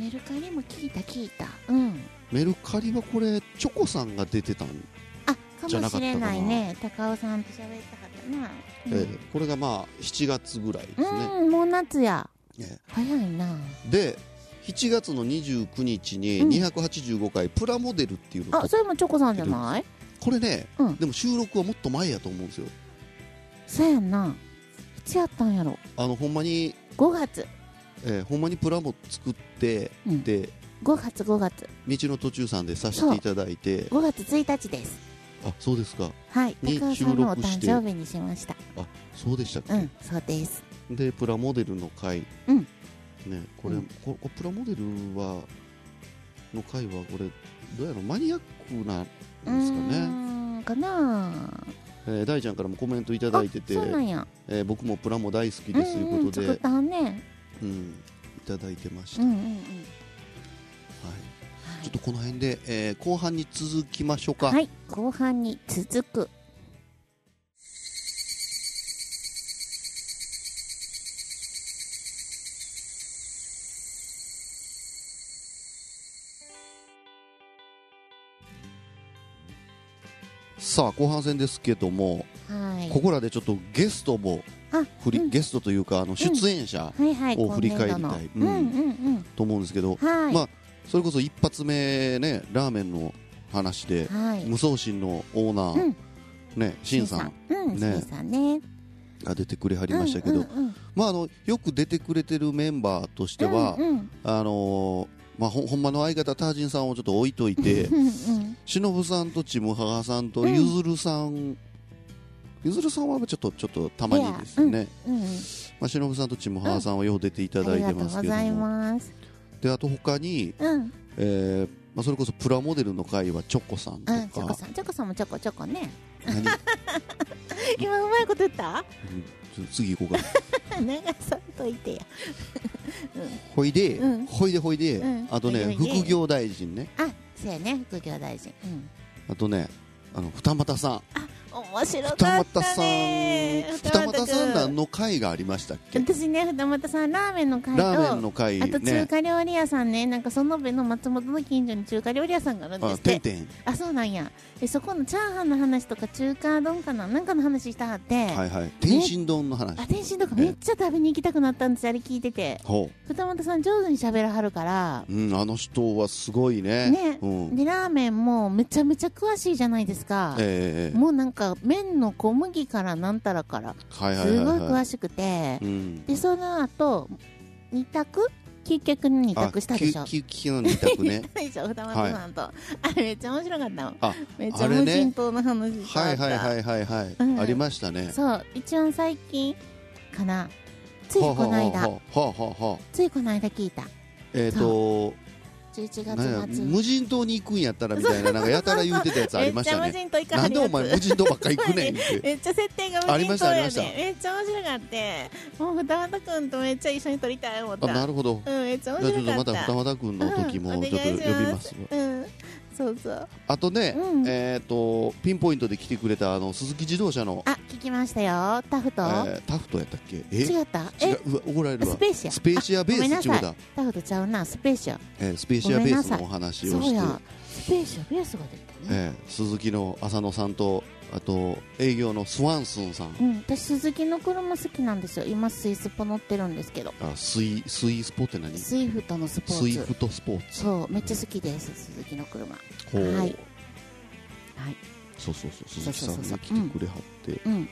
[SPEAKER 4] メルカリも聞いた聞いたうん
[SPEAKER 3] メルカリはこれチョコさんが出てたん、
[SPEAKER 4] あかもしれないね高尾さんと喋ったはったな、
[SPEAKER 3] え
[SPEAKER 4] うん
[SPEAKER 3] ーこれがまあ7月ぐらいですね、
[SPEAKER 4] うんもう夏や
[SPEAKER 3] えー
[SPEAKER 4] 早いな
[SPEAKER 3] で7月の29日に
[SPEAKER 4] うん
[SPEAKER 3] 285回プラモデルっていうのと、
[SPEAKER 4] あそれもチョコさんじゃない
[SPEAKER 3] これね、
[SPEAKER 4] うん
[SPEAKER 3] でも収録はもっと前やと思うんですよ
[SPEAKER 4] そうやんないつやったんやろ
[SPEAKER 3] あのほんまに、
[SPEAKER 4] 5月
[SPEAKER 3] えーほんまにプラモ作って、
[SPEAKER 4] うん
[SPEAKER 3] で
[SPEAKER 4] 5月5月
[SPEAKER 3] 道の途中さんでさせていただいて
[SPEAKER 4] 5月1日です
[SPEAKER 3] あそうですか
[SPEAKER 4] はい
[SPEAKER 3] に
[SPEAKER 4] 高尾さんのお誕
[SPEAKER 3] 収録
[SPEAKER 4] 生日にしました
[SPEAKER 3] あそうでしたっけ、
[SPEAKER 4] うんそうです
[SPEAKER 3] でプラモデルの回、
[SPEAKER 4] うん
[SPEAKER 3] ねこれ、
[SPEAKER 4] うん
[SPEAKER 3] ここプラモデルはの回はこれどうやらマニアックなん
[SPEAKER 4] う
[SPEAKER 3] ですかね、
[SPEAKER 4] ーんかなあ
[SPEAKER 3] えー大ちゃんからもコメントいた
[SPEAKER 4] あ
[SPEAKER 3] だいてて
[SPEAKER 4] そう、なんや
[SPEAKER 3] えー僕もプラモ大好きですということ
[SPEAKER 4] んん作っ
[SPEAKER 3] で、
[SPEAKER 4] たんね
[SPEAKER 3] うん、いただいてまし
[SPEAKER 4] う
[SPEAKER 3] た、
[SPEAKER 4] んう
[SPEAKER 3] は
[SPEAKER 4] んうん
[SPEAKER 3] い、ちょっとこの辺で、えー後半に続きましょうか、
[SPEAKER 4] はい、はい、後半に続く
[SPEAKER 3] さあ後半戦ですけども
[SPEAKER 4] はい
[SPEAKER 3] ここらでちょっとゲストも
[SPEAKER 4] あ
[SPEAKER 3] 振り、
[SPEAKER 4] うん
[SPEAKER 3] ゲストというかあの出演者
[SPEAKER 4] はいはい
[SPEAKER 3] を
[SPEAKER 4] 今
[SPEAKER 3] 振り返りたい
[SPEAKER 4] 年度の
[SPEAKER 3] うん
[SPEAKER 4] うんうん
[SPEAKER 3] と思うんですけど、
[SPEAKER 4] うんはい、
[SPEAKER 3] まあそれこそ一発目ねラーメンの話で、
[SPEAKER 4] はい
[SPEAKER 3] 無双心のオーナー、
[SPEAKER 4] うん
[SPEAKER 3] ねしんさん
[SPEAKER 4] うん
[SPEAKER 3] ね
[SPEAKER 4] しんさんね
[SPEAKER 3] が出てくれはりましたけど、
[SPEAKER 4] うんうんうん
[SPEAKER 3] まああのよく出てくれてるメンバーとしては、
[SPEAKER 4] うんうん
[SPEAKER 3] あのーまあ、ほほんまの相方タージンさんをちょっと置いといて
[SPEAKER 4] うんうん
[SPEAKER 3] しのぶさんとちむはがさんと
[SPEAKER 4] うん
[SPEAKER 3] ゆずるさん、ゆずるさんはちょっとちょっとたまにですね、
[SPEAKER 4] うん
[SPEAKER 3] まあ、しのぶさんとちむはがさんはよう出ていただいてます
[SPEAKER 4] ありがとうご
[SPEAKER 3] けど
[SPEAKER 4] ざい
[SPEAKER 3] も、
[SPEAKER 4] ます
[SPEAKER 3] であと他に、
[SPEAKER 4] うん
[SPEAKER 3] えーまあ、それこそプラモデルの会はチョコさんと
[SPEAKER 4] うんチョコ
[SPEAKER 3] か、
[SPEAKER 4] さんチョコさんもチョコチョコね
[SPEAKER 3] 何
[SPEAKER 4] [LAUGHS] 今うまいこと言った
[SPEAKER 3] うん次行こうか
[SPEAKER 4] 流さんといてや
[SPEAKER 3] ほいで、
[SPEAKER 4] うん
[SPEAKER 3] ほいでほいで、
[SPEAKER 4] うん
[SPEAKER 3] あと
[SPEAKER 4] ほ
[SPEAKER 3] ね
[SPEAKER 4] いでほいで
[SPEAKER 3] 副業大臣ね
[SPEAKER 4] あそうやね副業大臣うん
[SPEAKER 3] あとねあの二股さん
[SPEAKER 4] 面白か
[SPEAKER 3] 二
[SPEAKER 4] っ
[SPEAKER 3] 股
[SPEAKER 4] た
[SPEAKER 3] さ
[SPEAKER 4] ね
[SPEAKER 3] ん二股さん何
[SPEAKER 4] ん
[SPEAKER 3] の会がありましたっけ
[SPEAKER 4] 私ね二股さんラーメンの会と
[SPEAKER 3] ラーメンの会
[SPEAKER 4] あと中
[SPEAKER 3] ね
[SPEAKER 4] 華料理屋さんねなんかその部の松本の近所に中華料理屋さんがあるんです
[SPEAKER 3] あ
[SPEAKER 4] って
[SPEAKER 3] ん
[SPEAKER 4] て
[SPEAKER 3] てん
[SPEAKER 4] あそうなんやえそこのチャーハンの話とか中華丼かななんかの話したはって、
[SPEAKER 3] はいはい天津丼の話
[SPEAKER 4] あ天津とかめっちゃ食べに行きたくなったんですあれ聞いてて
[SPEAKER 3] ほ
[SPEAKER 4] 二俣さん上手に喋らはるから
[SPEAKER 3] ううんあの人はすごいね
[SPEAKER 4] ね
[SPEAKER 3] うん
[SPEAKER 4] でラーメンもめちゃめちゃ詳しいじゃないですか、
[SPEAKER 3] えええ
[SPEAKER 4] もうなんか麺の小麦からなんたらから
[SPEAKER 3] えはいは
[SPEAKER 4] す
[SPEAKER 3] い
[SPEAKER 4] ごい
[SPEAKER 3] はいは
[SPEAKER 4] 詳
[SPEAKER 3] い
[SPEAKER 4] しくて、
[SPEAKER 3] うん
[SPEAKER 4] でその後二択究極の二
[SPEAKER 3] あ
[SPEAKER 4] 択したでしょ
[SPEAKER 3] きききの二択
[SPEAKER 4] [LAUGHS]
[SPEAKER 3] ね
[SPEAKER 4] でしょ二俣さんと、あれめっちゃ面白かったの
[SPEAKER 3] あ
[SPEAKER 4] めっちゃ
[SPEAKER 3] あれね
[SPEAKER 4] 無人島の話したか
[SPEAKER 3] はい
[SPEAKER 4] った
[SPEAKER 3] はいはいはいはい、
[SPEAKER 4] うん
[SPEAKER 3] ありましたね
[SPEAKER 4] そう一番最近かなついこの間
[SPEAKER 3] はあはあはあはあはあ
[SPEAKER 4] ついこの間聞いた
[SPEAKER 3] えっ、と
[SPEAKER 4] 11
[SPEAKER 3] なんや
[SPEAKER 4] 月末
[SPEAKER 3] 無人島に行くんやったらみたいななんかやたら言うてたやつありました
[SPEAKER 4] めっ
[SPEAKER 3] ね
[SPEAKER 4] ちゃ無人島行かは
[SPEAKER 3] なん
[SPEAKER 4] る
[SPEAKER 3] で
[SPEAKER 4] や
[SPEAKER 3] お
[SPEAKER 4] つ
[SPEAKER 3] 前無人島ばっか行くねんって
[SPEAKER 4] [LAUGHS] めっちゃ設定が
[SPEAKER 3] あ
[SPEAKER 4] 無
[SPEAKER 3] りま
[SPEAKER 4] 人
[SPEAKER 3] した
[SPEAKER 4] 島
[SPEAKER 3] あり
[SPEAKER 4] や
[SPEAKER 3] ました
[SPEAKER 4] ねめっちゃ面白かってもう二俣君とめっちゃ一緒に撮りたい思っ
[SPEAKER 3] あ
[SPEAKER 4] た
[SPEAKER 3] なるほど
[SPEAKER 4] うんめっち
[SPEAKER 3] じゃ
[SPEAKER 4] ゃ面
[SPEAKER 3] あちょっと
[SPEAKER 4] 白
[SPEAKER 3] また
[SPEAKER 4] かった
[SPEAKER 3] 二俣君の時
[SPEAKER 4] う
[SPEAKER 3] も
[SPEAKER 4] ん
[SPEAKER 3] ちょっと呼びます,、
[SPEAKER 4] お願いしますうんそうそう
[SPEAKER 3] あとね、
[SPEAKER 4] うん
[SPEAKER 3] えっ、とピンポイントで来てくれたあの鈴木自動車の、
[SPEAKER 4] あ聞きましたよタフ
[SPEAKER 3] え
[SPEAKER 4] ト、
[SPEAKER 3] ータフトやったっけえ
[SPEAKER 4] 違った
[SPEAKER 3] 違
[SPEAKER 4] え
[SPEAKER 3] ううわ怒られるわ
[SPEAKER 4] スペーシア
[SPEAKER 3] スペーシアベ
[SPEAKER 4] あごめん
[SPEAKER 3] ー
[SPEAKER 4] な
[SPEAKER 3] ス違
[SPEAKER 4] さいう
[SPEAKER 3] だ、
[SPEAKER 4] タフトちゃうなスペーシア
[SPEAKER 3] えースペーシアベースのお話
[SPEAKER 4] そ
[SPEAKER 3] をし
[SPEAKER 4] う
[SPEAKER 3] て、
[SPEAKER 4] やスペーシアベースが出たね、
[SPEAKER 3] えー鈴木の浅野さんとあと営業のスワンスンさん
[SPEAKER 4] うん私鈴木の車好きなんですよ今スイスポ乗ってるんですけど
[SPEAKER 3] あスイスイスポって何ス
[SPEAKER 4] スイフトのスポ
[SPEAKER 3] イ
[SPEAKER 4] ーツ
[SPEAKER 3] フトスポーツ
[SPEAKER 4] そうめっちゃ好きです鈴木の車は
[SPEAKER 3] ほう、
[SPEAKER 4] はいい
[SPEAKER 3] そうそうそう鈴木さん
[SPEAKER 4] そうそ
[SPEAKER 3] が
[SPEAKER 4] う
[SPEAKER 3] 来
[SPEAKER 4] そうそう
[SPEAKER 3] てくれはって、
[SPEAKER 4] うん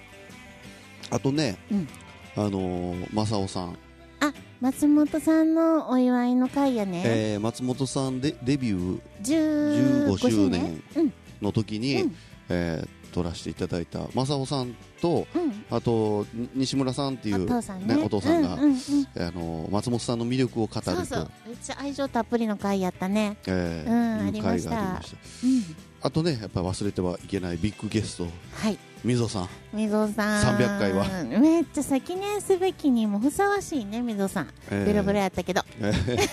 [SPEAKER 3] あとね、
[SPEAKER 4] うん
[SPEAKER 3] あのー、正雄さん、
[SPEAKER 4] 松本さんのお祝いの会やね、
[SPEAKER 3] えー松本さんでデビュー
[SPEAKER 4] 15
[SPEAKER 3] 15
[SPEAKER 4] 周
[SPEAKER 3] 周
[SPEAKER 4] 年
[SPEAKER 3] 年の時に、
[SPEAKER 4] うん
[SPEAKER 3] えー撮らせていただいた正雄さんと
[SPEAKER 4] うん、
[SPEAKER 3] あとに西村さんってい
[SPEAKER 4] うん、お
[SPEAKER 3] う
[SPEAKER 4] 父さんね
[SPEAKER 3] お父さんが、
[SPEAKER 4] うんうんうん、そう
[SPEAKER 3] あのー松本さんの魅力を語ると
[SPEAKER 4] そうめっちゃ愛情たっぷりの会やったね
[SPEAKER 3] え
[SPEAKER 4] うん
[SPEAKER 3] ー
[SPEAKER 4] あ
[SPEAKER 3] い
[SPEAKER 4] り
[SPEAKER 3] う
[SPEAKER 4] ま
[SPEAKER 3] 会
[SPEAKER 4] した
[SPEAKER 3] がありました
[SPEAKER 4] うん
[SPEAKER 3] あとねやっぱ忘れてはいけないビッグゲスト
[SPEAKER 4] はい
[SPEAKER 3] みぞさん
[SPEAKER 4] みぞさん
[SPEAKER 3] 300回は
[SPEAKER 4] めっちゃ先念すべきにもふさわしいねみぞさん、
[SPEAKER 3] えー
[SPEAKER 4] ベロベロやったけど
[SPEAKER 3] えー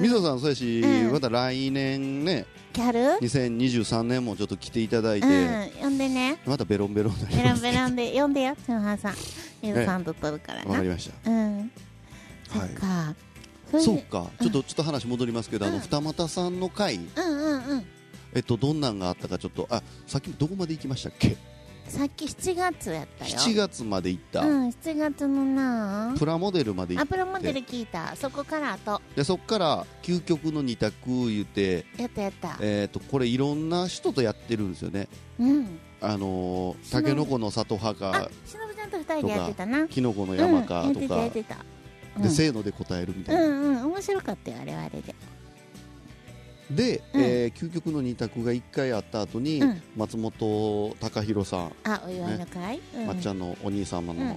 [SPEAKER 3] みぞさんそうやし、
[SPEAKER 4] うん
[SPEAKER 3] また来年ね
[SPEAKER 4] ギャル
[SPEAKER 3] 2023年もちょっと来ていただいて、
[SPEAKER 4] うん呼んでね
[SPEAKER 3] またベロンベロンになり
[SPEAKER 4] ベ
[SPEAKER 3] ま
[SPEAKER 4] ラ
[SPEAKER 3] す
[SPEAKER 4] ンベラ
[SPEAKER 3] [LAUGHS]
[SPEAKER 4] ンで呼んでよ篠原さんみぞさんと撮るから
[SPEAKER 3] わ
[SPEAKER 4] な、
[SPEAKER 3] かりました
[SPEAKER 4] うんそ
[SPEAKER 3] は
[SPEAKER 4] っ
[SPEAKER 3] い
[SPEAKER 4] か、それで
[SPEAKER 3] そうかちょっとちょっと話戻りますけど、あ
[SPEAKER 4] う
[SPEAKER 3] の
[SPEAKER 4] ん
[SPEAKER 3] 二俣さんの回
[SPEAKER 4] うんうんうん
[SPEAKER 3] えっとどんなんがあったかちょっとあさっきどこまで行きましたっけ
[SPEAKER 4] さっき7月やったよ
[SPEAKER 3] 7月まで行った、
[SPEAKER 4] うん7月のな
[SPEAKER 3] プラモデルまで行
[SPEAKER 4] ア
[SPEAKER 3] っ
[SPEAKER 4] プロモデル聞いたそこからあと
[SPEAKER 3] てそっから究極の二択言って
[SPEAKER 4] やったやった
[SPEAKER 3] えっとこれいろんな人とやってるんですよね
[SPEAKER 4] うん
[SPEAKER 3] あのータケノコの里派
[SPEAKER 4] あ
[SPEAKER 3] か
[SPEAKER 4] しのぶちゃんと2人でやってたな
[SPEAKER 3] キノコの山
[SPEAKER 4] う
[SPEAKER 3] かとか、
[SPEAKER 4] んやってたやってたう
[SPEAKER 3] で
[SPEAKER 4] ん
[SPEAKER 3] せーので答えるみた
[SPEAKER 4] う
[SPEAKER 3] いな、
[SPEAKER 4] んうん面白かったよあれはあれで
[SPEAKER 3] で、
[SPEAKER 4] うん
[SPEAKER 3] えー究極の二択が1回あった後に、
[SPEAKER 4] うん
[SPEAKER 3] 松本隆弘さん、
[SPEAKER 4] あお祝いの会、うん、
[SPEAKER 3] まっちゃんのお兄様の、
[SPEAKER 4] うんあ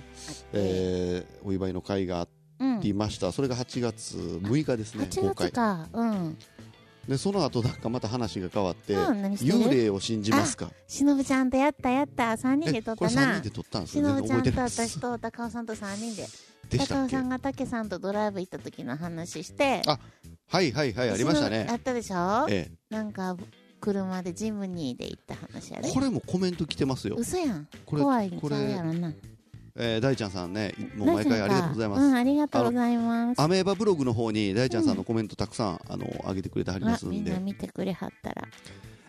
[SPEAKER 3] えーお祝いの会があ
[SPEAKER 4] うん
[SPEAKER 3] りました、それが8月6日ですね公
[SPEAKER 4] 8
[SPEAKER 3] 開
[SPEAKER 4] 月かうん
[SPEAKER 3] でその後なんかまた話が変わって、
[SPEAKER 4] うん何してる
[SPEAKER 3] 幽霊を信じますか
[SPEAKER 4] しのぶちゃんとやったやった三人で撮っ
[SPEAKER 3] これ
[SPEAKER 4] た
[SPEAKER 3] 3人
[SPEAKER 4] な
[SPEAKER 3] で撮ったんです
[SPEAKER 4] し
[SPEAKER 3] よ全
[SPEAKER 4] のぶち
[SPEAKER 3] 然
[SPEAKER 4] ゃん
[SPEAKER 3] 覚え
[SPEAKER 4] と
[SPEAKER 3] てないです
[SPEAKER 4] 私と高尾さんと三人で
[SPEAKER 3] でしたっ
[SPEAKER 4] 高尾
[SPEAKER 3] け
[SPEAKER 4] さんがたけさんとドライブ行った時の話して
[SPEAKER 3] あはいはいはいありました
[SPEAKER 4] しのぶや
[SPEAKER 3] ね
[SPEAKER 4] ったでしょ
[SPEAKER 3] え
[SPEAKER 4] なんか車でジムニーで行った話や
[SPEAKER 3] え
[SPEAKER 4] で
[SPEAKER 3] これもコメント来てますよ、
[SPEAKER 4] 嘘やん
[SPEAKER 3] これ
[SPEAKER 4] 怖いんち
[SPEAKER 3] こ
[SPEAKER 4] ゃ
[SPEAKER 3] れ
[SPEAKER 4] うやろな
[SPEAKER 3] えー大ちゃんさんねいもう毎回ありがとうございます、
[SPEAKER 4] うんありがとうございます
[SPEAKER 3] アメーバブログの方に大ちゃんさんのコメントたくさん、あの上げてくれてはりま
[SPEAKER 4] あ
[SPEAKER 3] す
[SPEAKER 4] み
[SPEAKER 3] ん
[SPEAKER 4] ん
[SPEAKER 3] で
[SPEAKER 4] な見てくれはったら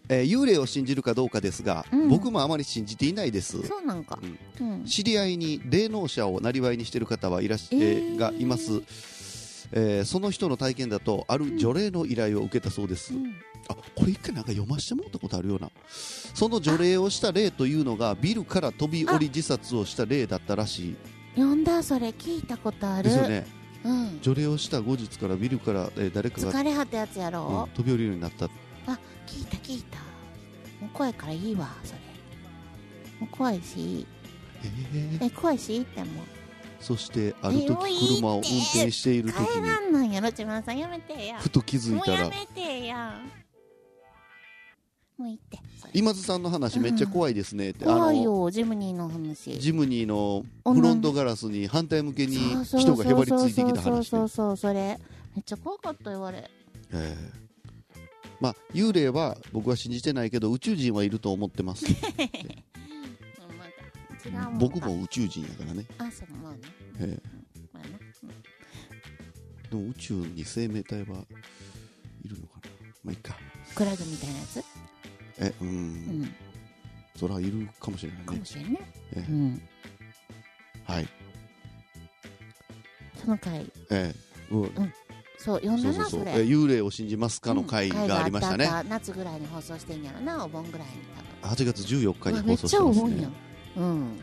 [SPEAKER 3] えー幽霊を信じるかどうかですが、
[SPEAKER 4] うん
[SPEAKER 3] 僕もあまり信じていないです
[SPEAKER 4] そうなんかうん
[SPEAKER 3] 知り合いに霊能者を生りにしてる方はいらっし、えー
[SPEAKER 4] えー
[SPEAKER 3] がいます、えーその人の体験だとある除霊の依頼を受けたそうです、
[SPEAKER 4] うん
[SPEAKER 3] あこれ一回なんか読ましてもらったことあるようなその除霊をした霊というのがビルから飛び降り自殺をした霊だったらしい
[SPEAKER 4] 呼んだそれ聞いたことある
[SPEAKER 3] ですよね
[SPEAKER 4] うん
[SPEAKER 3] 除霊をした後日からビルから、えー誰かが、
[SPEAKER 4] 疲れ果てやつや
[SPEAKER 3] うん
[SPEAKER 4] ろ
[SPEAKER 3] 飛び降りるようになった
[SPEAKER 4] 聞いた聞いたもう怖いからいいわそれもう怖いし
[SPEAKER 3] えー
[SPEAKER 4] え怖いしいってもう
[SPEAKER 3] そしてある時
[SPEAKER 4] もういいって
[SPEAKER 3] 車を運転している時
[SPEAKER 4] 帰
[SPEAKER 3] に
[SPEAKER 4] らんなんやろ自慢さんやめてや
[SPEAKER 3] ふと気づい
[SPEAKER 4] もう
[SPEAKER 3] た
[SPEAKER 4] や
[SPEAKER 3] ら
[SPEAKER 4] めてやもういいってそれ
[SPEAKER 3] 今津さんの話めっちゃ怖いですねって、あ
[SPEAKER 4] 怖い
[SPEAKER 3] の
[SPEAKER 4] よジムニーの話
[SPEAKER 3] ジムニーのフロントガラスに反対向けに
[SPEAKER 4] そう
[SPEAKER 3] 人
[SPEAKER 4] そ
[SPEAKER 3] が
[SPEAKER 4] う
[SPEAKER 3] へばりついてきた
[SPEAKER 4] そうそう
[SPEAKER 3] 話で
[SPEAKER 4] そうそうそれめっちゃ怖かったよあれ
[SPEAKER 3] ええまあ幽霊は僕は信じてないけど宇宙人はいると思ってます
[SPEAKER 4] うんなんか違うもんか
[SPEAKER 3] 僕も宇宙人やからね、
[SPEAKER 4] あそうまあね
[SPEAKER 3] え
[SPEAKER 4] まあな
[SPEAKER 3] えでも宇宙に生命体はいるのかなまあいいか
[SPEAKER 4] クラゲみたいなやつ
[SPEAKER 3] えうん、
[SPEAKER 4] うん
[SPEAKER 3] そらいるかもしれな
[SPEAKER 4] か
[SPEAKER 3] いね
[SPEAKER 4] もしれんね
[SPEAKER 3] ええ
[SPEAKER 4] うん
[SPEAKER 3] はい
[SPEAKER 4] その回
[SPEAKER 3] ええうん
[SPEAKER 4] そう呼ん
[SPEAKER 3] そ
[SPEAKER 4] だ
[SPEAKER 3] うそう
[SPEAKER 4] な
[SPEAKER 3] そう
[SPEAKER 4] そ
[SPEAKER 3] ええ
[SPEAKER 4] れ
[SPEAKER 3] 幽霊を信じますかの
[SPEAKER 4] う
[SPEAKER 3] 会
[SPEAKER 4] ん回
[SPEAKER 3] がありましたね、
[SPEAKER 4] あったあった夏ぐらいに放送してんやろなお盆ぐらいに多分
[SPEAKER 3] 8月14日に
[SPEAKER 4] うわめ
[SPEAKER 3] 放
[SPEAKER 4] っ
[SPEAKER 3] 送
[SPEAKER 4] ち
[SPEAKER 3] し
[SPEAKER 4] ゃ
[SPEAKER 3] てます
[SPEAKER 4] 重いや
[SPEAKER 3] ね
[SPEAKER 4] ん、うん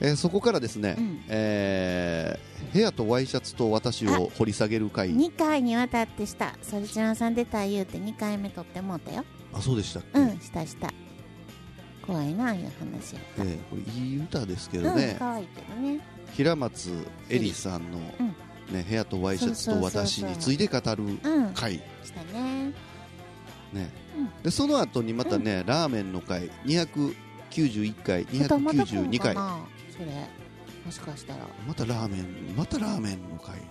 [SPEAKER 3] えーそこからですね、
[SPEAKER 4] うん
[SPEAKER 3] えー部屋とワイシャツと私を掘り下げる会
[SPEAKER 4] 2回にわたってしたそれちゃんさん出た言うて2回目撮ってもうたよ
[SPEAKER 3] あそうでしたっけ、
[SPEAKER 4] うんしたした怖いなああいう話や
[SPEAKER 3] えーこれいい歌ですけ
[SPEAKER 4] う
[SPEAKER 3] ど
[SPEAKER 4] ん
[SPEAKER 3] ね、
[SPEAKER 4] 可愛いけどね
[SPEAKER 3] 平松絵里さんの、ね、部屋とワイシャツと私について語る
[SPEAKER 4] うん
[SPEAKER 3] 会、
[SPEAKER 4] したね
[SPEAKER 3] ね
[SPEAKER 4] うん
[SPEAKER 3] でその後にまたね、ラーメンの会291回
[SPEAKER 4] 歌また来るの
[SPEAKER 3] 292
[SPEAKER 4] か
[SPEAKER 3] 回
[SPEAKER 4] なそれもしかしたら
[SPEAKER 3] またラーメンまたラーメンの会や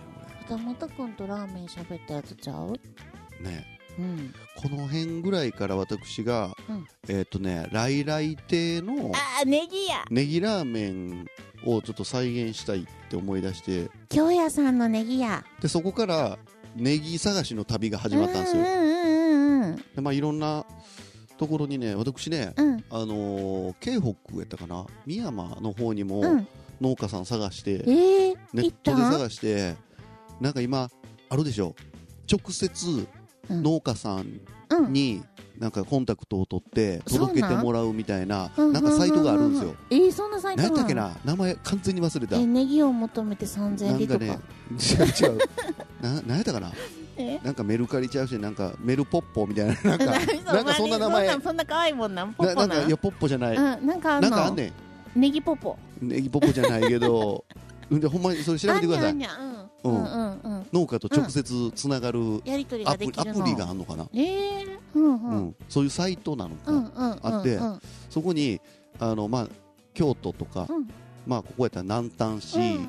[SPEAKER 4] 歌本くんとラーメン喋ったやつちゃう
[SPEAKER 3] これね
[SPEAKER 4] うん
[SPEAKER 3] この辺ぐらいから私が、
[SPEAKER 4] うん
[SPEAKER 3] えっ、とね来来亭の
[SPEAKER 4] ああネギや
[SPEAKER 3] ネギラーメンをちょっと再現したいって思い出して
[SPEAKER 4] 京屋さんのネギや
[SPEAKER 3] でそこからネギ探しの旅が始まったんですよ
[SPEAKER 4] うんうんうん
[SPEAKER 3] で、まあ、いろんなところにね私ね
[SPEAKER 4] うん
[SPEAKER 3] あのー、京北やったかな深山の方に
[SPEAKER 4] うんう
[SPEAKER 3] も
[SPEAKER 4] ん
[SPEAKER 3] 農家さん探して、
[SPEAKER 4] ええ
[SPEAKER 3] ネ
[SPEAKER 4] 行
[SPEAKER 3] ッ
[SPEAKER 4] っ
[SPEAKER 3] ト
[SPEAKER 4] た
[SPEAKER 3] で探してなんか今あるでしょ直接
[SPEAKER 4] うん
[SPEAKER 3] 農家さん
[SPEAKER 4] うん
[SPEAKER 3] になんかコンタクトを取って
[SPEAKER 4] そうなん
[SPEAKER 3] 届けてもらうみたいな
[SPEAKER 4] う
[SPEAKER 3] なんかサイトがあるんです
[SPEAKER 4] う
[SPEAKER 3] よ
[SPEAKER 4] ううんうんえーそんなサイト
[SPEAKER 3] 何
[SPEAKER 4] が
[SPEAKER 3] やったっけな名前完全に忘れた
[SPEAKER 4] えネギを求めて3000
[SPEAKER 3] な
[SPEAKER 4] 円
[SPEAKER 3] ん
[SPEAKER 4] で
[SPEAKER 3] か
[SPEAKER 4] と
[SPEAKER 3] ね
[SPEAKER 4] か、
[SPEAKER 3] 違う [LAUGHS] 違う、ななんやったかな、
[SPEAKER 4] え
[SPEAKER 3] なんかメルカリちゃうし、なんかメルポッポみたい
[SPEAKER 4] [LAUGHS]
[SPEAKER 3] な、なんか、
[SPEAKER 4] な
[SPEAKER 3] なんかそんな名前、
[SPEAKER 4] そんなそんな可愛いもんなんポ
[SPEAKER 3] な
[SPEAKER 4] ッ
[SPEAKER 3] な
[SPEAKER 4] ポ
[SPEAKER 3] んか、
[SPEAKER 4] ない
[SPEAKER 3] や、ポッポじゃない、
[SPEAKER 4] うんなんかあ
[SPEAKER 3] なん
[SPEAKER 4] の
[SPEAKER 3] かあんね
[SPEAKER 4] ネギポッポ
[SPEAKER 3] ん、ネギポッポじゃないけ
[SPEAKER 4] [LAUGHS]
[SPEAKER 3] ど、うんでほんまにそれ調べてくださ
[SPEAKER 4] あん
[SPEAKER 3] い、
[SPEAKER 4] にゃあんにゃ
[SPEAKER 3] う
[SPEAKER 4] うんんうんうんうん
[SPEAKER 3] 農家と直接つながる
[SPEAKER 4] やりとり
[SPEAKER 3] ア
[SPEAKER 4] が
[SPEAKER 3] プ
[SPEAKER 4] で
[SPEAKER 3] リ
[SPEAKER 4] き
[SPEAKER 3] ア
[SPEAKER 4] るの
[SPEAKER 3] プリがあるのかな、
[SPEAKER 4] ええうんう
[SPEAKER 3] うんん、そういうサイトなのか、
[SPEAKER 4] うんうん
[SPEAKER 3] あって
[SPEAKER 4] うん
[SPEAKER 3] そこにあの、まあ、京都とか、
[SPEAKER 4] うん
[SPEAKER 3] まあ、ここやったら南丹市、
[SPEAKER 4] うんうんうん